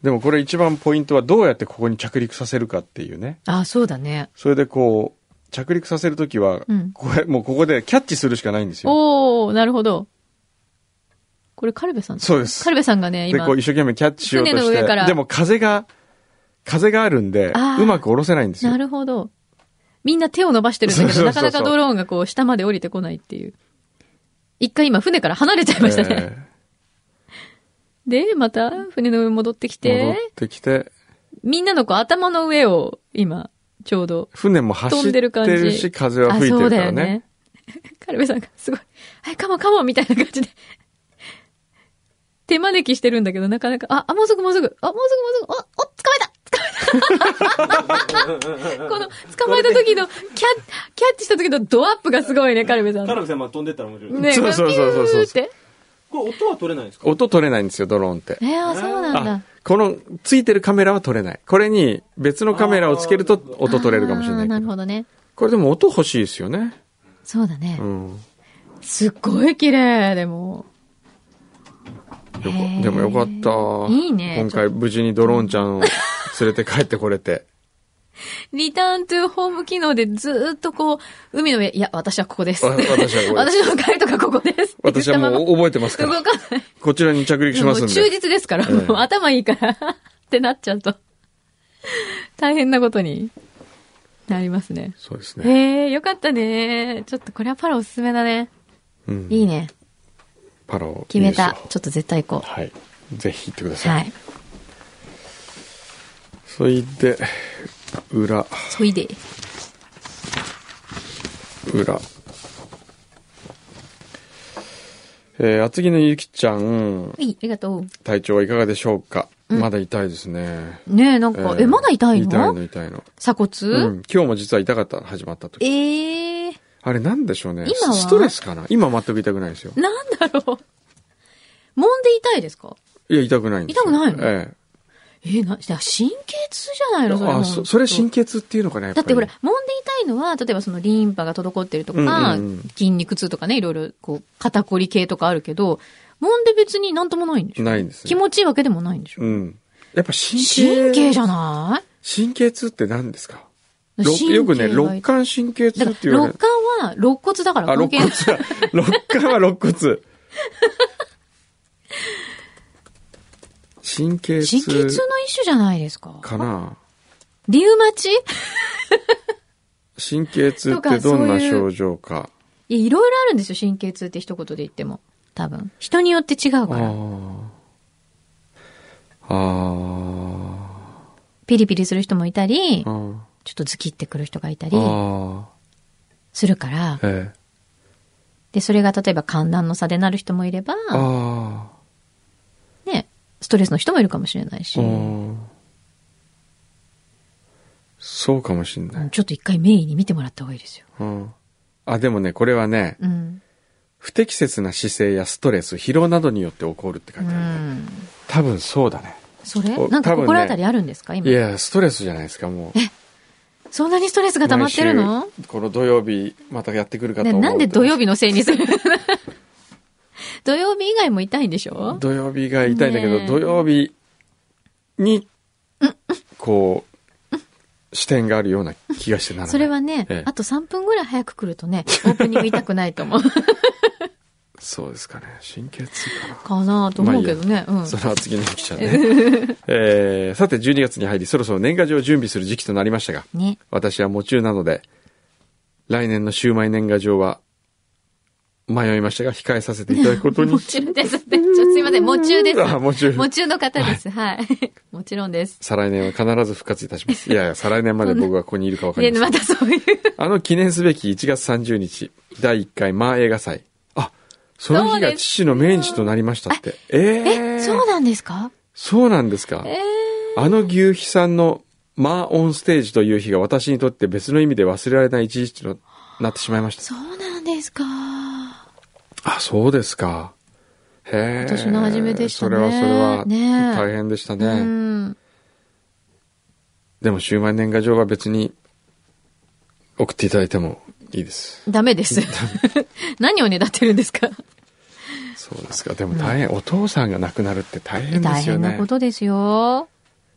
S1: でもこれ一番ポイントはどうやってここに着陸させるかっていうね。
S2: あ、そうだね。
S1: それでこう、着陸させるときは、
S2: うん
S1: これもうここでキャッチするしかないんですよ。
S2: おー、なるほど。これ、カルベさん
S1: そうです
S2: カルベさんがね、
S1: で、
S2: 今
S1: こう。一生懸命キャッチしようとし
S2: 船の上か
S1: て、
S2: ら
S1: でも風が、風があるんで、
S2: あー
S1: うまく下ろせないんですよ
S2: な。るほど。みんな手を伸ばしてるんだけど、
S1: そうそうそう
S2: なかなかドローンがこう、下まで降りてこないっていう。一回今、船から離れちゃいましたね。
S1: え
S2: で、また船の上戻ってき、
S1: え戻っててきて、
S2: みんなのこう頭の上を今、ちょうど。
S1: 船も走
S2: 飛
S1: っ
S2: ん
S1: て
S2: でる感じ
S1: るし、風は吹いてるからね。。
S2: カルベさんがすごい、はい、カモンカモンみたいな感じで。手招きしてるんだけど、なかなか、あ、あ、もうすぐもうすぐ、あ、もうすぐもうすぐ、お、お、捕まえた捕 まえたこの、捕まえた時の、キャッ、キャッチした時のドアップがすごいね、カルベさん
S3: カ
S2: の。
S3: ラビさんまあ飛んでったら面白いですね
S2: ね
S1: そうそうそうそうそう
S2: ピューって。
S3: これ音は取れないんですか
S1: 音取れないんですよ、ドローンって。
S2: えー、あそうなんだ
S1: あ。、この、ついてるカメラは撮れない。これに別のカメラをつけると音撮れるかもしれな
S2: あー
S1: い
S2: な
S1: け
S2: る
S1: ど。
S2: ほどね。
S1: これでも音欲しいですよね。
S2: そうだね。
S1: うん。
S2: すっごい綺麗、でも。
S1: よ
S2: へー
S1: こでもよかった。
S2: いいね
S1: 今回無事にドローンちゃんを連れて帰ってこれて。
S2: リターントゥーホーム機能でずーっとこう、海の上、いや、私はここです。
S1: わ私はここです
S2: 私の帰りとかここです。
S1: 私はもう
S2: う、
S1: 覚えてますか
S2: 動
S1: ら。
S2: かない。
S1: こちらに着陸しま
S2: もう
S1: すん
S2: 忠
S1: で。
S2: 実ですから、
S1: ええ
S2: もう頭いいから、ってなっちゃうと、大変なことになりますね。
S1: そうですね。
S2: へえ、よかったね。ちょっとこれはパラおすすめだね。
S1: うん
S2: いいね。
S1: パラオ。
S2: 決めた
S1: いいです。よ
S2: ちょっと絶対行こう。
S1: はい。ぜひ行ってくださ。
S2: はいい。
S1: それで、裏、
S2: そいで。
S1: 裏。えー、厚木のゆきちゃん、
S2: はい、ありがとう。
S1: 体調はいかがでしょうか、まだ痛いですね。
S2: ねえ、なんか、え、
S1: ー
S2: まだ痛いの
S1: 痛いの痛いの。
S2: 鎖骨、
S1: うん。今日も実は痛かった、始まった時。
S2: ええ
S1: あれなんでしょうね。
S2: 今は
S1: ストレスかな今全く痛くないですよ。
S2: なんだろう。揉んで痛いですか
S1: いや、痛くないんですよ
S2: 痛くないの
S1: え
S2: えー、な、じゃあ神経痛じゃない
S1: え。
S2: のそれ
S1: あ、そそれ神
S2: 経
S1: 経痛っていうのかねやぱ
S2: だ
S1: り
S2: ってほら、揉んで痛いのは、例えばそのリンパが滞ってるとか、
S1: うんうんうん
S2: 筋肉痛とかね、いろいろ、こう、肩こり系とかあるけど、揉んで別になんともないんでしょ
S1: ないんですね
S2: 気持ちいいわけでもないんでしょ
S1: うん。やっぱ神経。
S2: 神経じゃな
S1: 神経痛って何ですか
S2: い
S1: ろ
S2: 神経
S1: よくね、
S2: が
S1: 肋間神経痛
S2: だ
S1: っ
S2: か
S1: て
S2: ら、
S1: 言われる。
S2: 肋間は、肋骨だから
S1: あ、肋
S2: 関係
S1: 骨
S2: ない。
S1: だ。肋間は肋骨。神経
S2: 神経痛の
S1: 痛
S2: 一種じゃないですか。
S1: かな
S2: リウマチい
S1: 神経痛っ
S2: とか
S1: てどんな
S2: そういう
S1: 症状か。
S2: やいろいろあるんですよ、神経痛って一言で言っても。多分。人によって違うから。
S1: ああ。
S2: ピリピリする人もいたり、
S1: あー
S2: ちょっとズキってくる人がいたり
S1: あ
S2: するから
S1: ー。、ええ。
S2: で、それが例えば寒暖の差でなる人もいれば、
S1: あ
S2: ね、ストレスの人もいるかもしれないし、
S1: あ。う
S2: うん
S1: んそうかもしんない。
S2: ちょっと一回名医に見てもらった方がいいですよ。
S1: うん。あ、でもね、これはね、
S2: うん。
S1: 不適切な姿勢やストレス、疲労などによって起こるって書
S2: う
S1: いてあるね。
S2: ん。
S1: 多分そうだね。
S2: それ
S1: お
S2: なんか
S1: 多分ね
S2: 心当たりあるんですか、
S1: い
S2: 今。
S1: や、ストレスじゃないですか、もう。
S2: そんなにストレスが溜まってるの
S1: 毎週この土曜日、またやってくるかと
S2: ね
S1: 思うと。
S2: なんで土曜日のせいに する土曜日以外も痛いんでしょ
S1: 土曜日が痛いんだけど、
S2: ねえ
S1: 土曜日に、こう、視点があるような気がしてならない。
S2: それはね、
S1: ええ
S2: あと3分ぐらい早く来るとね、オープニング痛くない と思う
S1: そうですかね。神経痛かな。
S2: かなと思うけどね。うん。
S1: それは次の日来ちゃうね。えー、さて、12月に入り、そろそろ年賀状を準備する時期となりましたが、
S2: ね。
S1: 私は夢中なので、来年のシウマイ年賀状は、迷いましたが、控えさせていただくことに。
S2: もちろんですって。ちょっとすいません。もちゅうです。
S1: あ、もちろ
S2: も
S1: ん。
S2: ちゅうの方です。はい。 もちろんです。
S1: 再来年は必ず復活いたします。いやいや、再来年まで僕がここにいるかわかり
S2: で、
S1: ません。
S2: またそういう。
S1: あの記念すべき1月30日、第1回マー映画祭。あ、その
S2: そう
S1: 日
S2: です
S1: が
S2: よ
S1: 父の命日となりましたって。ええ
S2: え、そうなんですか
S1: そうなんですか
S2: え。え
S1: あの牛皮さんのマーオンステージという日が私にとって別の意味で忘れられない一日となってしまいました。
S2: そうなんですか。
S1: あ、そうですか。へえ。
S2: 今年の初めでしたね
S1: それはそれは、
S2: ねえ
S1: 大変でした
S2: う
S1: ね。
S2: ん。
S1: でも、シューマイ年賀状は別に送っていただいてもいいです。
S2: ダメ です。何をねだってるんですか
S1: そうですか。でも大変、お父さんが亡くなるって大変で
S2: 大
S1: すよ
S2: 変
S1: ね。
S2: なことですよ。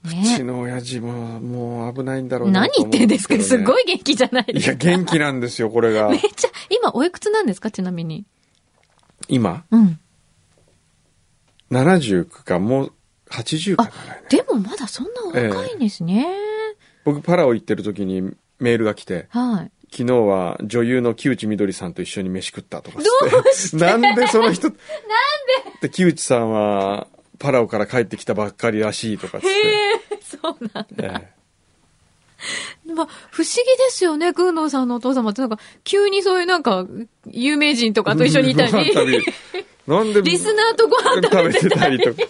S1: うち
S2: ね。
S1: の親父ももう危ないんだろうな
S2: 何
S1: と
S2: 言
S1: 思
S2: っ
S1: う
S2: てんですか
S1: けどね
S2: すごい元気じゃないで
S1: い
S2: す
S1: や、
S2: か。
S1: 元気なんですよ、これ が
S2: めっ。ちゃ、今おいくつなんですかちなみに。
S1: 今、
S2: うん。
S1: 79か、もう80かな、来年
S2: でもまだそんなお若いんですね。
S1: 僕、パラオ行ってる時にメールが来て、
S2: はい。
S1: 昨日は女優の木内みどりさんと一緒に飯食ったとか
S2: どう
S1: して。なんでその人。なんでで、木内さんは、パラオから帰ってきたばっかりらしいとかっつっ
S2: へ
S1: て。
S2: え、そうなんだ。
S1: ええ
S2: まあ、不思議ですよね、グーノーさんのお父様って、なんか、急にそういうなんか、有名人とかと一緒にいたり、
S1: ご飯食べなんで
S2: リスナーとご飯食
S1: 食
S2: べ
S1: べ
S2: て
S1: て
S2: た
S1: た
S2: り
S1: り。とか。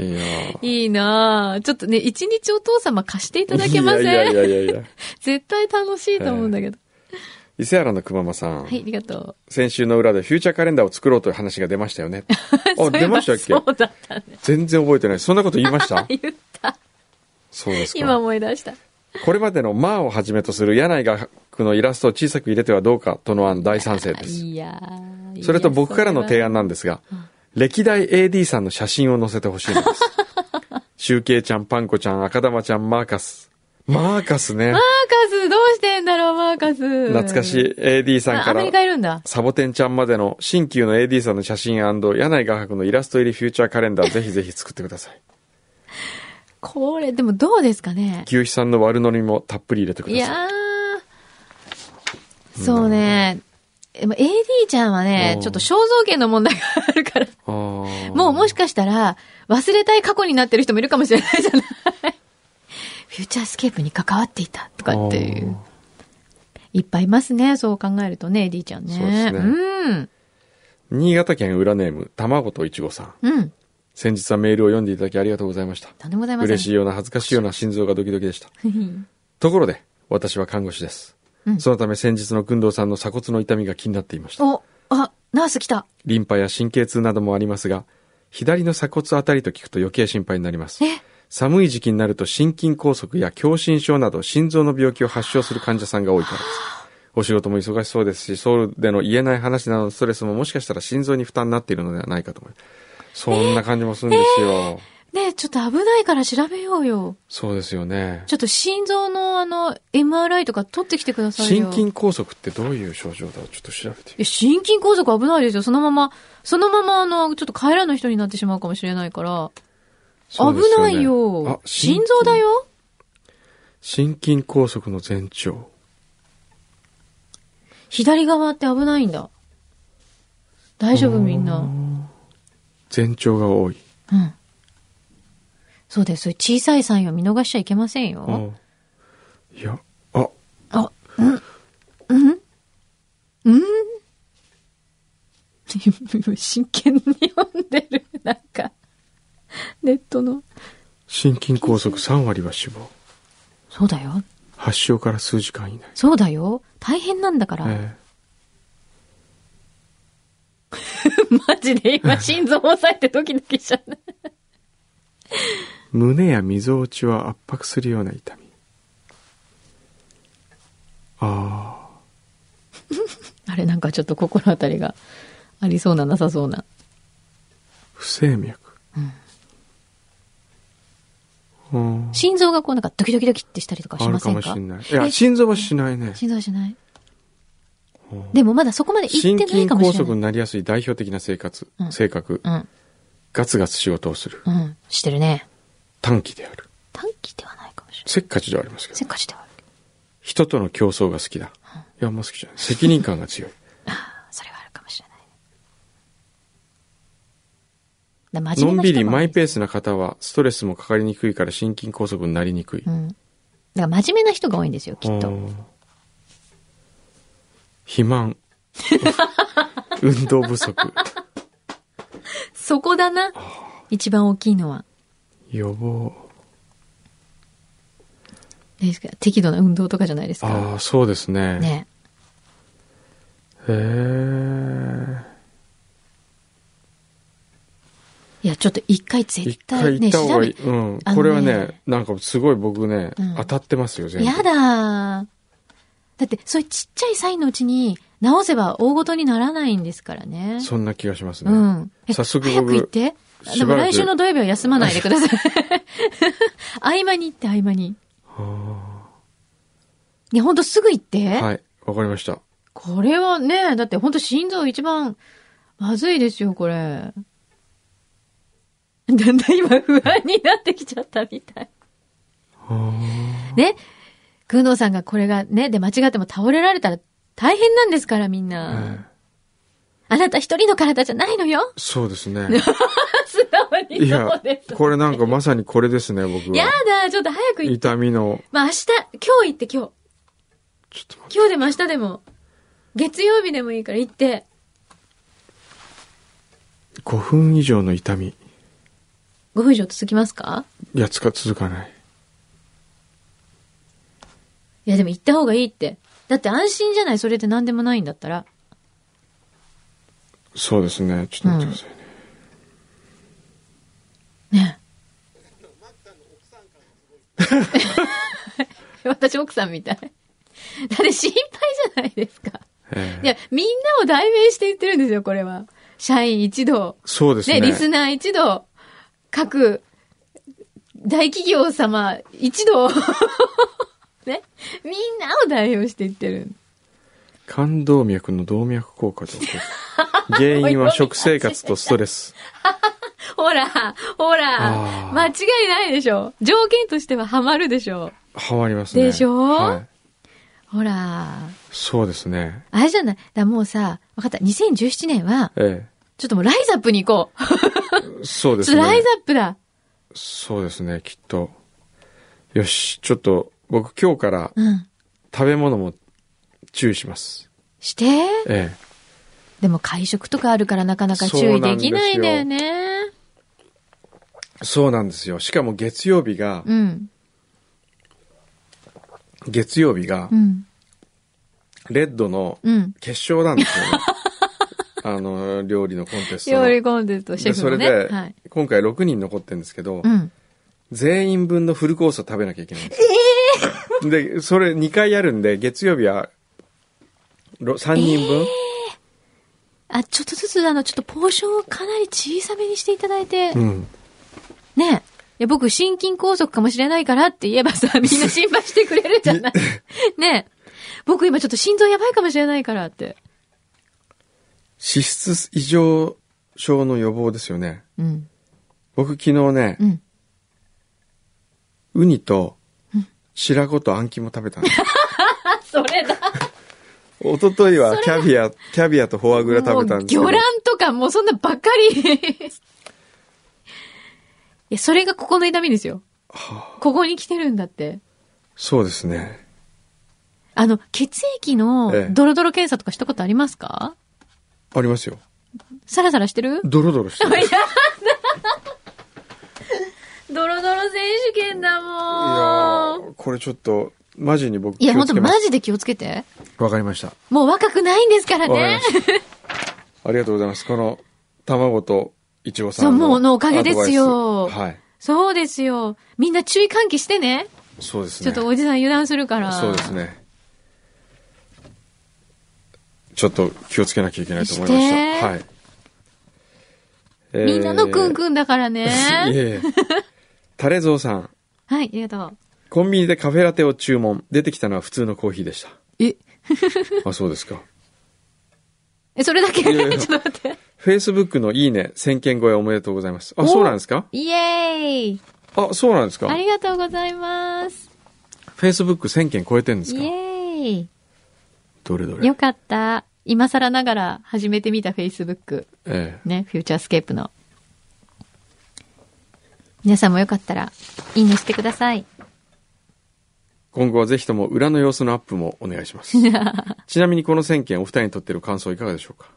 S1: いや
S2: いいなあちょっとね、一日お父様貸していただけません
S1: いやいやいやいやいや。
S2: 絶対楽しいと思うんだけど。
S1: 伊勢原の熊間さん、
S2: はい、ありがと
S1: 先週の裏でフューチャーカレンダーを作ろうという話が出ましたよね。
S2: う。
S1: あ、出ましたっ
S2: そういえばそ
S1: け
S2: うだったね。
S1: 全然覚えてない。そんなこと言いま した
S2: 言った。
S1: そうですか。
S2: 今思い出した。
S1: これまでの「まあ」をはじめとする柳井画伯のイラストを小さく入れてはどうかとの案大賛成です。
S2: いやー
S1: それと僕からの提。案なんですが、歴代 AD さんの写真を載せてほしいのです。シュウケイちゃん、パンコちゃん、赤玉ちゃん、マーカス。マーカスね
S2: マー。カス、どうしてんだろう、マーカス。
S1: 懐かしい AD さん
S2: あ。
S1: か
S2: アメ
S1: ら
S2: リカいるんだ。
S1: サボテンちゃんまでの新旧の AD さんの写真柳井画伯のイラスト入りフューチャーカレンダーぜひぜひ作ってください。
S2: これ、でもどうですかね。
S1: 牛肥さんの悪ノリもたっぷり入れてく
S2: い
S1: だ
S2: や
S1: さい。
S2: ーそうね。でも AD ちゃんはね
S1: う、ん
S2: ちょっと肖像権の問題があるから、も
S1: も
S2: うもしかしたら忘れたい過去になってる人もいるかもしれないじゃない。フューチャースケープに関わっていたとかっていう。いっぱいいますね、そう考えるとね、AD ちゃんね。
S1: そうですね
S2: ん。
S1: 新潟県裏ネーム、卵といちごさん。
S2: うん。
S1: 先日はメールを読んでいただきありがとうございました。
S2: とんでもございません。
S1: 嬉しいような恥ずかしいような心臓がドキドキでした。ところで、私は看護師です。
S2: うん
S1: そのため先日の工藤さんの鎖骨の痛みが気になっていました。
S2: お、あ、ナース来た。
S1: リンパや神経痛などもありますが、左の鎖骨あたりと聞くと余計心配になります
S2: え。
S1: 寒い時期になると心筋梗塞や狭心症など心臓の病気を発症する患者さんが多いからです。お仕事も忙しそうですし、ソウルでの言えない話などのストレスももしかしたら心臓に負担になっているのではないかと思います。そんな感じもするんですよ。
S2: ねえちょっと危ないから調べようよ。
S1: そうですよね
S2: ち。ょっと心臓のあの、MRI とか取ってきてください
S1: 心
S2: よ。
S1: 筋梗塞ってどういう症状だろうちょっと調べて
S2: いや、心筋梗塞危ないですよ。そのまま、そのまま、あの、ちょっと帰らぬ人になってしまうかもしれないから。
S1: そうです
S2: 危
S1: よ
S2: な
S1: ね
S2: いよ
S1: あ。
S2: 心臓だよ。
S1: 心筋梗塞の前兆。
S2: 左側って危ないんだ。大丈夫みんな。うん。
S1: 前兆が多い。
S2: そうです。そういう小さいサインを見逃しちゃいけませんよ。
S1: いや、あ、
S2: あ、うん、うん、うん。 真剣に読んでる。なんか、ネットの。
S1: 心筋梗塞3割は死亡。
S2: そうだよ。
S1: 発症から数時間以内。
S2: そうだよ。大変なんだから。
S1: ええ
S2: マジで今、心臓押さえてドキドキしちゃう。
S1: 胸やみぞおちは圧迫するような痛みあ
S2: あれ、なんかちょっと心当たりがありそうな、なさそうな。
S1: あ不整脈
S2: うん
S1: うん
S2: 心臓がこうなんかドキドキドキってしたりとかし
S1: ある
S2: ませ
S1: か
S2: ん
S1: も
S2: か
S1: しれないいや
S2: え
S1: 心臓はしないね
S2: 心臓はしない
S1: うん
S2: でもまだそこまで行
S1: 心
S2: ってない
S1: 筋
S2: かも
S1: 梗
S2: しれ
S1: 塞
S2: ない。
S1: になりやすい代表的な生活、
S2: うん
S1: 性格、
S2: うん。
S1: ガツガツ仕事をする
S2: うん。してるね。
S1: 短期である
S2: 短期ではないかもしれない。
S1: せっかちではありますけど
S2: せっかちではあるけど。
S1: 人との競争が好きだいやあんま好きじゃない責任感が 強い
S2: それはあるかもしれない。だから真
S1: のん
S2: 面目な
S1: び
S2: 人
S1: り
S2: も
S1: マイペースな方はストレスもかかりにくいから心筋梗塞になりにくい、
S2: うん。だから真面目な人が多いんですよ、きっ
S1: う
S2: と。
S1: ん肥 満運動不足
S2: そこだな。一番大きいのは。
S1: 予防
S2: 何ですか適度な運動とかじゃないですか。
S1: ああそうですね
S2: ね。
S1: へえ
S2: いや、ちょっと一回絶
S1: 一
S2: 対
S1: 回行
S2: ね、
S1: った方
S2: 調
S1: が
S2: べ
S1: いい、うん
S2: あのね
S1: これはねなんかすごい僕ね、
S2: うん
S1: 当たってますよ全部
S2: やだーだって、そういうちっちゃいサインのうちに直せば大ごとにならないんですからね。
S1: そんな気がしますね、
S2: うん。え
S1: 早速
S2: 早く行っ
S1: 僕
S2: て。
S1: し
S2: で
S1: ば
S2: も
S1: らく
S2: 来週の土曜日は休まないでく ださい。合間に行って、合間に。
S1: はい
S2: や、ほんとすぐ行って。
S1: あはいわかりました
S2: これはね、だってほんと心臓一番まずいですよ、これ。 だんだん今不安になってきちゃったみたい。ね。工藤さんがこれがね、で間違っても倒れられたら大変なんですから、みんな。
S1: ええ
S2: あなた一人の体じゃないのよ
S1: そうですね
S2: 素直に
S1: い
S2: そう
S1: や
S2: です。
S1: これなんかまさにこれですね僕
S2: や
S1: は
S2: だ、ちょっと早く行って。
S1: 痛みの
S2: まあ明日、今日行って今日。
S1: ちょっと待
S2: 今日でも明日でも。月曜日でもいいから行って。
S1: って5分以上の痛み
S2: 5分以上続きますか
S1: いやつか続かない
S2: いやでも行った方がいいって。だって安心じゃないそれって何でもないんだったら。
S1: そうですねちょっと待ってくださいね、
S2: ねえ。私奥さんみたい。だって心配じゃないですか。
S1: ええ
S2: いや、みんなを代弁して言ってるんですよ、これは。社員一同。
S1: そうです
S2: ね、
S1: ね
S2: リスナー一同。各、大企業様一同。 ね。みんなを代表して言ってる。
S1: 冠動脈の動脈硬化で 起こる原因は食生活とストレス
S2: ほら、ほら
S1: あ、ー
S2: 間違いないでしょ。条件としてはハマるでしょ。
S1: はまりますね
S2: でしょ
S1: はい、
S2: ほら、
S1: そうですね
S2: あれじゃない。だからもうさ、わかった。2017年は、
S1: え
S2: ちょっともうライザップに行こう。
S1: えそうで
S2: ち
S1: す
S2: ょっ
S1: ね
S2: とライザップだ。
S1: そうですねきっとよしちょっと僕今日から
S2: うん。
S1: 食べ物も注意します
S2: して。
S1: え
S2: でも会食とかあるからなかなか注意できないんだよ
S1: え
S2: ね。
S1: そうなんですよしかも月曜日が
S2: うん。
S1: 月曜日が
S2: うん。
S1: レッドの
S2: うん。
S1: 決勝なんですよ ねあの料理のコンテストの
S2: 料理コンテスト、シェ
S1: でそ
S2: フの
S1: れ
S2: ね。
S1: で、
S2: はい。
S1: 今回6人残ってるんですけど、
S2: うん。
S1: 全員分のフルコースを食べなきゃいけないんです。 で、それ2回やるんで、月曜日はろ3人分、
S2: あ、ちょっとずつ、あの、ちょっとポーションをかなり小さめにしていただいて、
S1: うん。
S2: ねえ。いや、僕、心筋梗塞かもしれないからって言えば さ、みんな心配してくれるじゃ ない。ねえ。僕今ちょっと心臓やばいかもしれないからって。
S1: 脂質異常症の予防ですよね。
S2: うん。
S1: 僕昨日ね、
S2: うん。
S1: ウニと白子とあんきも食 べたんです。
S2: あ、それだ。
S1: 一昨日はキャビア、キャビアとフォアグラ食べたんですけど。
S2: もう魚卵とかもうそんなばっかり。 いや、それがここの痛みですよ。ここに来てるんだって。
S1: そうですね。
S2: あの、血液
S1: え
S2: の
S1: え
S2: ドロドロ検査とかしたことありますか、
S1: ありますよ。
S2: サラサラしてる
S1: ドロドロして る。いや
S2: ドロドロ選手権だもん。
S1: ーこれちょっと、マジに僕
S2: い
S1: 気
S2: や、ほ
S1: を
S2: ん
S1: つ
S2: と
S1: けま
S2: マ
S1: す。
S2: ジで気をつけて。
S1: わかりました。
S2: もう若くないんですから
S1: わかり
S2: ね
S1: ま。した。ありがとうございます。この、卵と、いちごさん
S2: そうもうのおかげですよ
S1: アドバイスはい。
S2: そうですよ。みんな注意喚起してね。
S1: そうですね。
S2: ちょっとおじさん油断するから。
S1: そうですね。ちょっと気をつけなきゃいけないと思いま
S2: して
S1: した。はい。えー
S2: みんなのくんくんだからね。
S1: いえいえ。タレゾウさん、
S2: はい、ありがとう。
S1: コンビニでカフェラテを注文。出てきたのは普通のコーヒーで した。
S2: え、
S1: あ、そうですか。
S2: え、それだけち
S1: やい
S2: ょ
S1: や
S2: っと待って。
S1: Facebook のいいね、1000件超えおめでとうございます。あ、そうなんですか
S2: イエーイ
S1: あ、そうなんですか
S2: ありがとうございます。
S1: ?Facebook1000 件超えてるんです
S2: イ
S1: か
S2: エー
S1: どれど
S2: イ
S1: れ
S2: よ。かった。今更ながら始めてみた Facebook。
S1: え
S2: ね、フューチャースケープの。皆さんもよかったら、いいねしてください。
S1: え今後はぜひとも裏の様子のアップもお願いし ます。ちなみにこの1000件お二人にとってる感想いかがでしょうか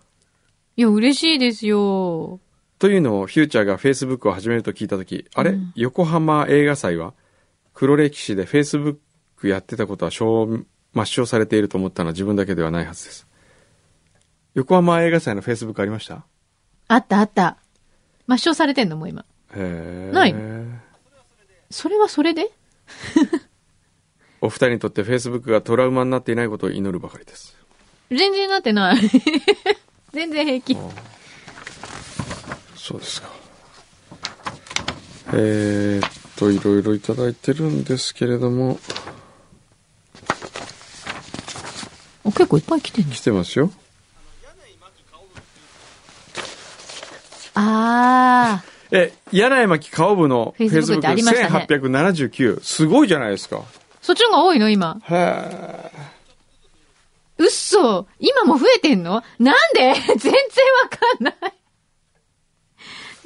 S2: いや、嬉しいですよ。
S1: というのをフューチャーが Facebook を始めると聞いた時あれ、横浜映画祭は黒歴史で Facebook やってたことは証抹消されていると思ったのは自分だけではないはずです横浜映画祭の Facebook ありました
S2: あったあった。抹消されてんのもう今。
S1: へえ
S2: ないそれはそれで
S1: お二人にとって Facebook がトラウマになっていないことを祈るばかりです
S2: 全然なってない。 全然平気。
S1: そうですかえー、っといろいろいただいてるんですけれども
S2: お結構いっぱい来てんね
S1: 来。てますよ
S2: あ
S1: え、柳井真紀顔部の
S2: Facebook ってありましたね
S1: Facebook1879。すごいじゃないですか。
S2: ー。そっちの方が多いの今。
S1: へ
S2: うっそ今も増えてんのなんで 全然わかんない。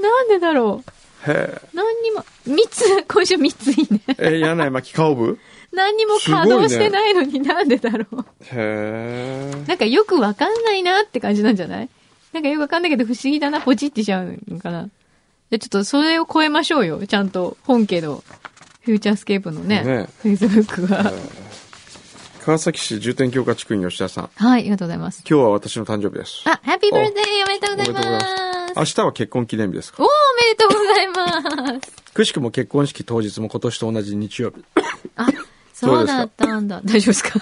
S2: なんでだろ
S1: え。へ
S2: う何にも、三つ、今週三ついいね。
S1: え。え、柳井真紀顔部
S2: 何にも稼働してないのになんでだろう、
S1: へえ。
S2: なんかよくわかんないなって感じなんじゃないなんかよくわかんないけど不思議だな、ポチってしちゃうのかな。いや、ちょっとそれを超えましょうよ。ちゃんと本家の、フューチャースケープのね、
S1: ね
S2: Facebook は。
S1: 川崎市重点強化地区員吉田さん。
S2: はい、ありがとうございます。
S1: 今日は私の誕生日です。
S2: あ、ハッピーバースデーおめでとうございま
S1: おめでとうご
S2: す。
S1: 明日は結婚記念日ですか
S2: おーおめでとうございます。
S1: くしくも結婚式当日も今年と同じ日曜日。
S2: あ、そうだったんだ。大丈夫ですか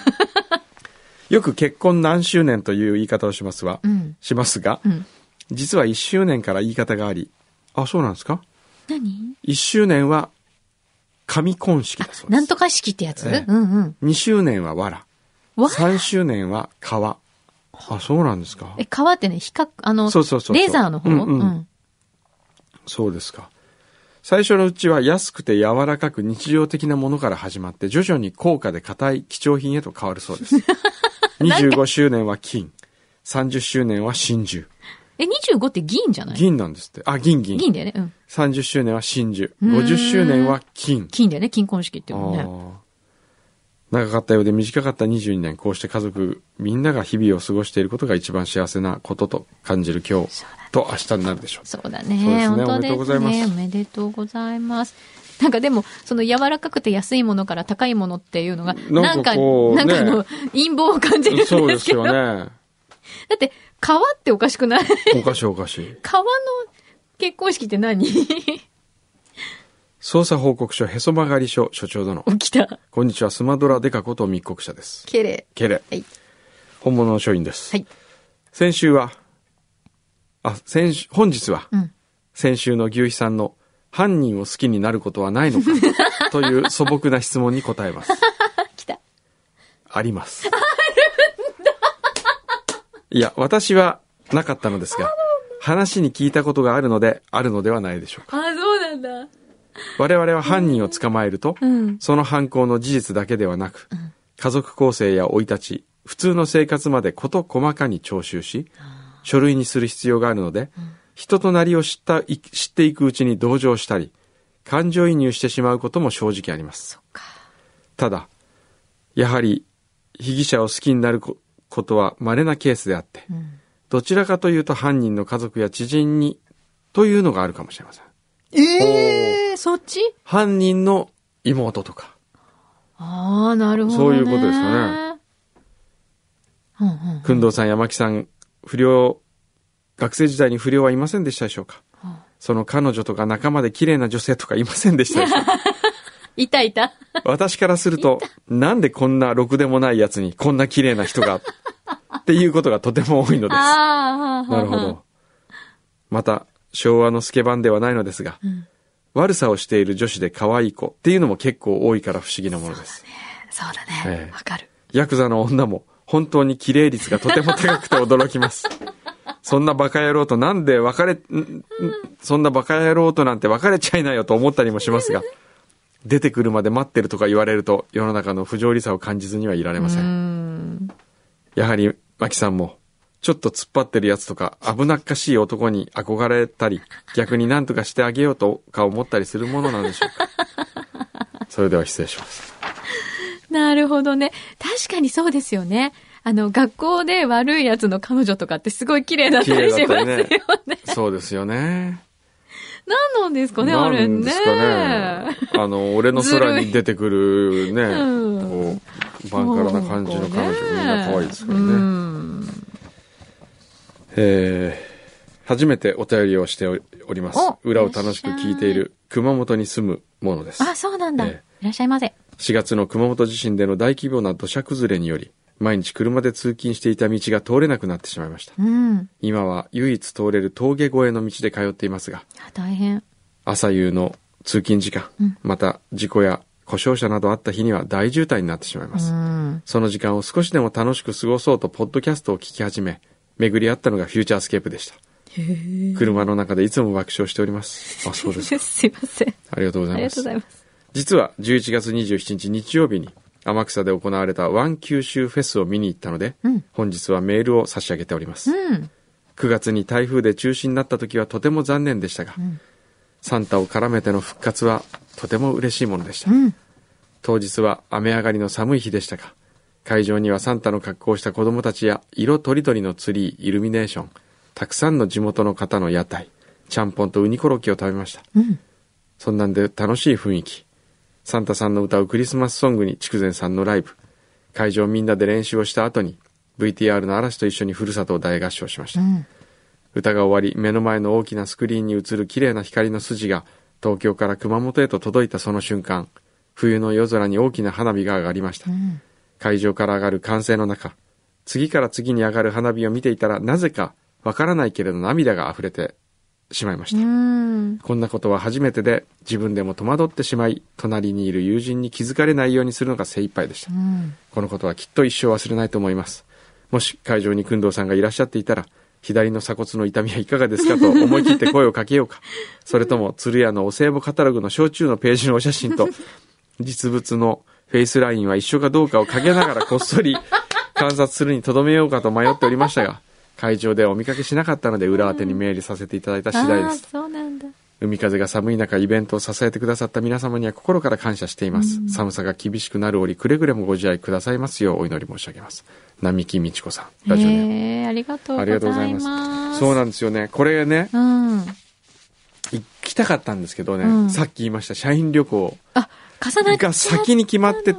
S1: よく結婚何周年と いう言い方をしますが、
S2: うん
S1: しますが、
S2: うん。
S1: 実は1周年から言い方があり、あ、そうなんですか
S2: 何
S1: ?1 周年は、神婚式だそうです。
S2: なんとか式ってやつ、
S1: ええ
S2: うんうん。
S1: 2周年はわら。
S2: わ
S1: 3周年は川。あ、そうなんですか
S2: え、。川ってね、比較、あの、
S1: そうそうそうそう
S2: レーザーの方、
S1: う
S2: うんん
S1: うんそうですか。最初のうちは安くて柔らかく日常的なものから始まって、徐々に高価で硬い貴重品へと変わる そうです。25周年は金。30周年は真珠。
S2: え、25って銀じゃない
S1: 銀なんですって。あ、銀銀。
S2: 銀だよね。うん。
S1: 30周年は真珠。
S2: うーん
S1: 50周年は金。
S2: 金だよね。金婚式っていうの
S1: あ
S2: ね。
S1: ー長かったようで短かった22年、こうして家族みんなが日々を過ごしていることが一番幸せなことと感じる今日と明日になるでしょう。
S2: そうだ
S1: そうですね
S2: ね。本当
S1: おめでとうござい
S2: です
S1: ます
S2: ね。おめでとうございます。なんかでも、その柔らかくて安いものから高いものっていうのが、
S1: な
S2: なんん
S1: か
S2: か、
S1: こう
S2: なんか
S1: ね
S2: の陰謀を感じるんですけ
S1: そう
S2: ど。
S1: ですよ
S2: だ
S1: ね。
S2: って、川っておかしくない
S1: おかしいおかしい。
S2: 川の結婚式って何 起
S1: 捜査報告書へそ曲がり署署長殿。
S2: きた。
S1: こんにちは、スマドラデカこと密告者です。
S2: けれ。
S1: けれ、
S2: はい。
S1: 本物の署員です。
S2: はい。
S1: 先週は、あ、先週、本日は、
S2: うん。
S1: 先週の牛肥さんの犯人を好きになることはないのかという素朴な質問に答えます。
S2: 来た。
S1: あります。いや、私はなかったのですが、話に聞いたことがあるので、あるのではないでしょうか。
S2: あ、そうなんだ。
S1: 我々は犯人を捕まえると、
S2: うん。
S1: その犯行の事実だけではなく、家族構成や生い立ち、普通の生活まで事細かに徴収し、書類にする必要があるので、人となりを知ったい知っていくうちに同情したり、感情移入してしまうことも正直あります。ただ、やはり被疑者を好きになるこことは稀なケースであって、
S2: ん
S1: どちらかというと犯人の家族や知人にというのがあるかもしれません。
S2: ええー、そっち
S1: 犯人の妹とか、
S2: ああ、なるほど、ね。
S1: そういうことですよね。
S2: うんうん。
S1: くんどうさん、山木さん、不良学生時代に不良はいませんでしたでしょうかその彼女とか仲間で綺麗な女性とかいませんでしたでしょ うか
S2: いたいた。
S1: 私からすると、なんでこんなろくでもないやつにこんな綺麗な人が、っていうことがとても多いのです。
S2: ああ、
S1: なるほど。また、昭和のスケバンではないのですが、
S2: ん
S1: 悪さをしている女子で可愛い子っていうのも結構多いから不思議なものです。
S2: そうだ
S1: え
S2: ね。
S1: え
S2: わかる。
S1: ヤクザの女も本当に綺麗率がとても高くて驚き ます。そんなバカ野郎となんで別れ、んんそんなバカ野郎となんて別れちゃいなよと思ったりもしますが、出てくるまで待ってるとか言われると世の中の不条理さを感じずにはいられませ。
S2: うんん。
S1: やはり、マキさんも、ちょっと突っ張ってるやつとか、危なっかしい男に憧れたり、逆に何とかしてあげようとか思ったりするものなんでしょう か。それでは失礼します。
S2: なるほどね。確かにそうですよね。あの、学校で悪いやつの彼女とかってすごい綺麗だったりしますよね。
S1: 綺麗だそうですよね。
S2: 何なんですかね、あ
S1: な
S2: れ
S1: ん
S2: ね。
S1: ですかね。あの、俺の空に出てくるね、
S2: うん
S1: こう、バンカラな感じの彼女、みんな可愛いですからね。
S2: うん
S1: えー初めてお便りをしております
S2: お。
S1: 裏を楽しく聞いている熊本に住むものです。
S2: あ、そうなんだ。
S1: え
S2: いらっしゃいませ。
S1: 4月の熊本地震での大規模な土砂崩れにより毎日車で通勤していた道が通れなくなってしまいました
S2: うん。
S1: 今は唯一通れる峠越えの道で通っていますが
S2: あ大変。
S1: 朝夕の通勤時間、
S2: うん
S1: また事故や故障者などあった日には大渋滞になってしまいます、
S2: うん。
S1: その時間を少しでも楽しく過ごそうとポッドキャストを聞き始め巡り合ったのがフューチャースケープでした
S2: へえ。
S1: 車の中でいつも爆笑しており ますあそうですか
S2: すいません。
S1: ありがとうござ
S2: あ
S1: い
S2: り
S1: ま
S2: がと
S1: す
S2: うございます。
S1: 実は11月27日日曜日に天草で行われたワン九州フェスを見に行ったので、
S2: うん
S1: 本日はメールを差し上げております、
S2: うん。
S1: 9月に台風で中止になった時はとても残念でしたが、
S2: ん
S1: サンタを絡めての復活はとても嬉しいものでした、
S2: うん。
S1: 当日は雨上がりの寒い日でしたが会場にはサンタの格好をした子供たちや色とりどりのツリーイルミネーションたくさんの地元の方の屋台ちゃんぽんとウニコロッケを食べました
S2: うん。
S1: そんなんで楽しい雰囲気。サンタさんの歌うクリスマスソングに筑前さんのライブ。会場みんなで練習をした後に、VTR の嵐と一緒にふるさとを大合唱しました。
S2: ん
S1: 歌が終わり、目の前の大きなスクリーンに映る綺麗な光の筋が、東京から熊本へと届いたその瞬間、冬の夜空に大きな花火が上がりました。
S2: ん
S1: 会場から上がる歓声の中、次から次に上がる花火を見ていたら、なぜかわからないけれど涙が溢れてしまいました
S2: う。ん。
S1: こんなことは初めてで自分でも戸惑ってしまい隣にいる友人に気づかれないようにするのが精一杯でした、
S2: うん。
S1: このことはきっと一生忘れないと思いますもし会場に工藤さんがいらっしゃっていたら左の鎖骨の痛みはいかがですかと思い切って声をかけようかそれとも鶴屋のお歳暮カタログの焼酎のページのお写真 と実物のフェイスラインは一緒かどうかを陰ながらこっそり観察するにとどめようかと迷っておりましたが会場ではお見かけしなかったので裏宛てにメールさせていただいた次第です
S2: あーそうなんだ。
S1: 海風が寒い中イベントを支えてくださった皆様には心から感謝しています、寒さが厳しくなる折くれぐれもご自愛くださいますようお祈り申し上げます並木美智子さんラジオネーム
S2: へえ、ありがとう
S1: あ
S2: ご
S1: りが
S2: ざい
S1: とうござい
S2: ます。
S1: ますそうなんですよねこれね
S2: うん。
S1: 行きたかったんですけどね、
S2: うん
S1: さっき言いました社員旅行
S2: あ、重なっちゃ
S1: が先に決まって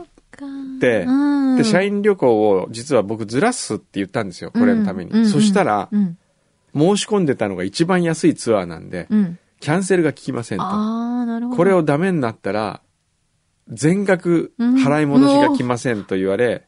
S1: て
S2: うん、
S1: で社員旅行を実は僕ずらすって言ったんですよこれのために、
S2: うんうん
S1: そしたら
S2: うん。
S1: 申し込んでたのが一番安いツアーなんで、
S2: うん。
S1: キャンセルが効きませんと
S2: ああ、なるほど。
S1: これをダメになったら、全額払い戻しが来ませんと言われ、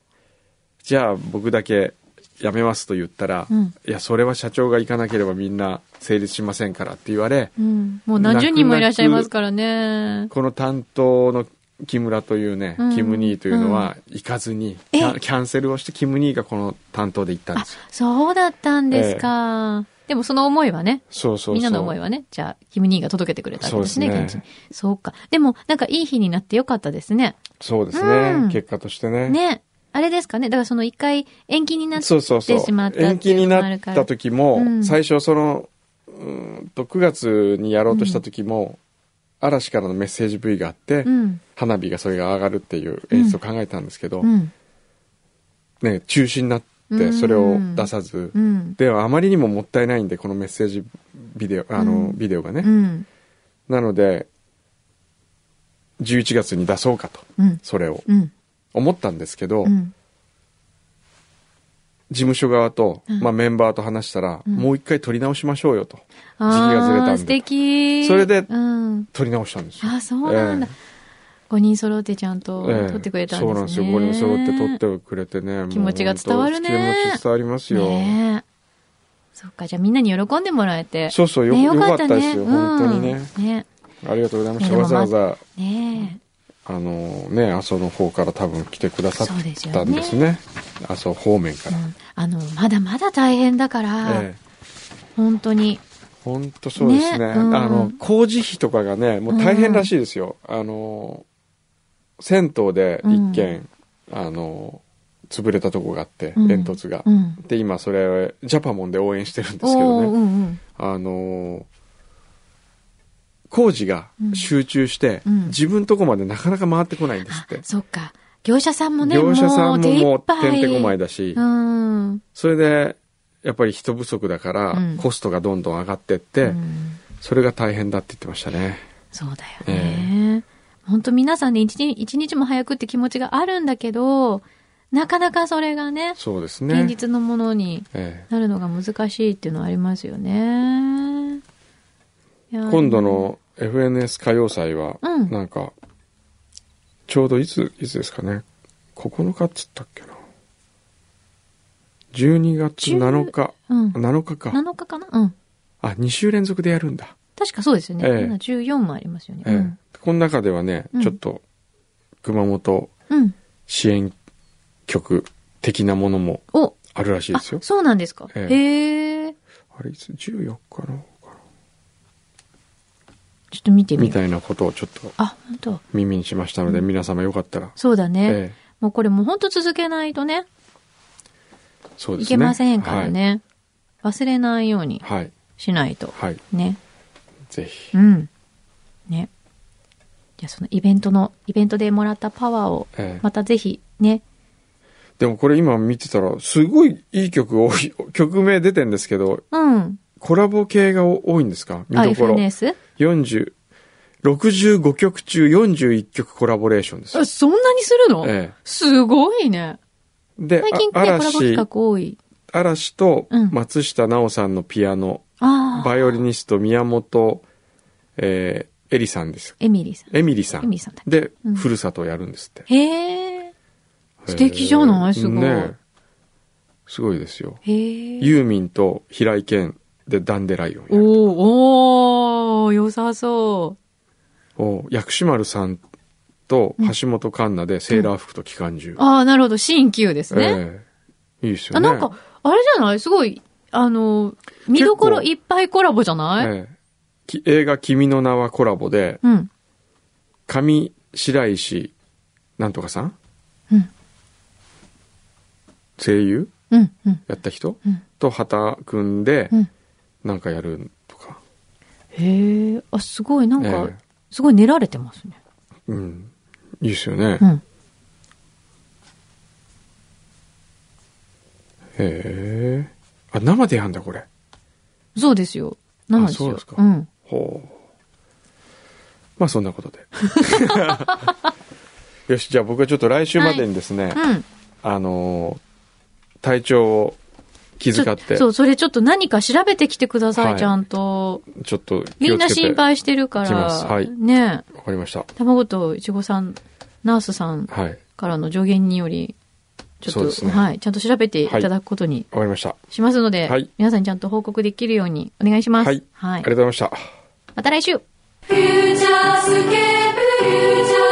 S1: じゃあ僕だけ辞めますと言ったら、
S2: うん
S1: いや、それは社長が行かなければみんな成立しませんからって言われ、
S2: うん。もう何十人もいらっしゃいますからね。
S1: この担当の木村というね、
S2: うん
S1: キム兄というのは行かずに、
S2: え
S1: キャンキャンセルをしてキム兄がこの担当で行ったんですよ。
S2: そうだったんですか。でもその思いはね、
S1: そうそうそう。
S2: みんなの思いはね、じゃあ、キム兄が届けてくれたわけですね、
S1: そうですね
S2: 現地に。そうか。でも、なんかいい日になってよかったですね。
S1: そうですね、
S2: うん
S1: 結果としてね。
S2: ね。あれですかね。だからその一回延期になっ
S1: そうそうそ
S2: てしまっ
S1: う。
S2: たっ
S1: 延
S2: て
S1: 期
S2: いう
S1: に
S2: のもあ
S1: なっ
S2: るから
S1: た時も、
S2: うん
S1: 最初その、うーんと、9月にやろうとした時も、嵐からのメッセージ V があって、
S2: うん。
S1: 花火がそれが上がるっていう演出を考えたんですけど、
S2: うん。
S1: ね、中止になっ
S2: う
S1: て
S2: ん
S1: それを出さず、
S2: うん。
S1: ではあまりにももったいないんで、このメッセージビデオ、あの、
S2: うん
S1: ビデオがね。
S2: うん。
S1: なので、11月に出そうかと、
S2: うん。
S1: それを
S2: うん。
S1: 思ったんですけど、
S2: うん。
S1: 事務所側と、
S2: うん
S1: まあ、メンバーと話したら、
S2: うん
S1: もう一回撮り直しましょうよと。
S2: あ
S1: 時期がずれたん
S2: ー
S1: で
S2: 素敵。
S1: それで
S2: うん。
S1: 撮り直したんですよ。
S2: あ、そうなんだ
S1: え。
S2: 五人揃ってちゃんと
S1: ええ
S2: 撮ってくれたんですね。
S1: そうなんですよ。これに揃って撮ってくれてね。もう
S2: 気持ちが伝わるね
S1: 本当気持ち伝わりますよ。
S2: ねえそっか、じゃあみんなに喜んでもらえて。
S1: そうそう、よ,、
S2: ね
S1: よかったですよ、
S2: ね
S1: 本当にね。
S2: うんね
S1: ありがとうございまし
S2: いや
S1: た。
S2: で
S1: わ
S2: も
S1: ざ
S2: ま
S1: わざ、
S2: ね
S1: あのね、阿蘇の方から多分来てくださ
S2: そうです
S1: っ
S2: よ
S1: たん
S2: ね
S1: ですね。阿蘇方面か
S2: えう
S1: ら。
S2: んあの、まだまだ大変だから、
S1: ええ
S2: 本当に。
S1: 本当そうですね
S2: ねうん
S1: あの工事費とかがねもう大変らしいですよ、あの銭湯で一軒、あの潰れたとこがあって、
S2: うん
S1: 煙突が、
S2: うん。
S1: で今それジャパモンで応援してるんですけ
S2: おー
S1: ど
S2: う
S1: ね
S2: んうん。
S1: あの工事が集中して、
S2: うんうん
S1: 自分とこまでなかなか回ってこないんです
S2: あ
S1: って、、
S2: そっか。業者さんもね、
S1: 業者さんもも
S2: もう
S1: う
S2: 手いっぱ
S1: てん
S2: い。
S1: てこまいだし、
S2: うん。
S1: それでやっぱり人不足だから、
S2: うん
S1: コストがどんどん上がってって、
S2: うん
S1: それが大変だって言ってましたね。
S2: そうだよね。本当皆さんね、一日一日も早くって気持ちがあるんだけど、なかなかそれがね、
S1: そうですね。
S2: 現実のものに
S1: ええ
S2: なるのが難しいっていうのはありますよね。いやー
S1: 今度、の FNS 歌謡祭は、
S2: うん
S1: なんか、ちょうどいつ、いつですかね。9日っつったっけな。12月
S2: 10
S1: 7日。
S2: うん、
S1: 7日か。
S2: 7日かなうん。
S1: あ、2週連続でやるんだ。
S2: 確かそうですよね。
S1: ええ
S2: 今14もありますよね。
S1: ええこの中ではね、
S2: うん
S1: ちょっと、熊本
S2: うん。うん。
S1: 支援局的なものも
S2: お
S1: あるらしい
S2: あ
S1: ですよ、。
S2: そうなんですか。
S1: え
S2: へえ。
S1: あれ、いつ ?14 日の方かな
S2: ちょっと見てみ
S1: み
S2: よう。
S1: たいなことをちょっと
S2: あ、本当。
S1: 耳にしましたので、皆様よかったら。
S2: そうだね。
S1: ええ
S2: もうこれもう本当続けないとね、
S1: そうで
S2: い
S1: すね。
S2: けませんからね。忘れないように
S1: はい。はい。
S2: しないと。
S1: はい。
S2: ね。
S1: ぜひ。
S2: うん。ね。じゃあそのイベントの、イベントでもらったパワーを、
S1: ええ
S2: またぜひね。
S1: でもこれ今見てたら、すごいいい曲多い、 曲名出てんですけど、
S2: うん。
S1: コラボ系が多いんですか見
S2: あ、
S1: どころ。
S2: FNS?
S1: 40、65曲中41曲コラボレーションです。
S2: あそんなにするの、
S1: え
S2: すごいね。
S1: え。で、
S2: 最近っ
S1: あ
S2: てコラボ企
S1: 嵐
S2: 画、多い。
S1: 嵐と
S2: うん
S1: 松下奈緒さんのピアノ、
S2: ああ。
S1: バイオリニスト宮本、えー、エリさんです。
S2: エミリーさん。
S1: エミリさ
S2: エ
S1: ん。
S2: ミリーさんだ。
S1: で、
S2: うん
S1: ふるさとをやるんですって。
S2: へえ。素敵じゃないすごい
S1: ねえすごいですよ。
S2: へえ。
S1: ユーミンと平井堅でダンデライオン
S2: お
S1: やる
S2: おおー良さそ
S1: お薬師丸さんと
S2: うん
S1: 橋本環奈でセーラー服と機関銃
S2: う。。ああ、なるほど。新旧ですね。
S1: ええいいですよ
S2: あ、
S1: ね。
S2: なんか、あれじゃないすごい、あの、見どころいっぱいコラボじゃない、
S1: ええき映画君の名はコラボで、
S2: うん。
S1: 上白石なんとかさん
S2: うん。
S1: 声優
S2: うん。うん。
S1: やった人
S2: うん。
S1: と畑くんで
S2: うん。
S1: なんかやるとか。
S2: へえ。あ、すごい、なんか
S1: ええ、
S2: すごい練られてますね。
S1: うん。いいですよね。
S2: うん。
S1: へえ。あ、生でやんだ、これ。
S2: そうですよ。なんです
S1: あそう
S2: よ。
S1: ですか
S2: ん。
S1: ほう。まあそんなことで。 よし、じゃあ僕はちょっと来週までにですね、
S2: うん。
S1: あのー体調を気遣っ
S2: ちょ
S1: て、ち
S2: そ
S1: ょ
S2: う、それちょっと何か調べてきてください、
S1: はい
S2: ちゃんと。
S1: っと
S2: み
S1: 気を
S2: んな
S1: つけ
S2: 心
S1: て。
S2: 配してるか
S1: き
S2: ら。
S1: ますはい
S2: ねえ
S1: わかりました。
S2: 卵といちごさん、ナースさん
S1: はい。
S2: からの助言により、ち
S1: そう
S2: ょ
S1: で
S2: っ
S1: す
S2: と、
S1: ね
S2: はい、ちゃんと調べていただくことに
S1: わかりました。
S2: しますので、
S1: はい
S2: 皆さんにちゃんと報告できるようにお願いします。
S1: はいありがとうございました。
S2: また来週
S4: 「フューチャースケープフューチャー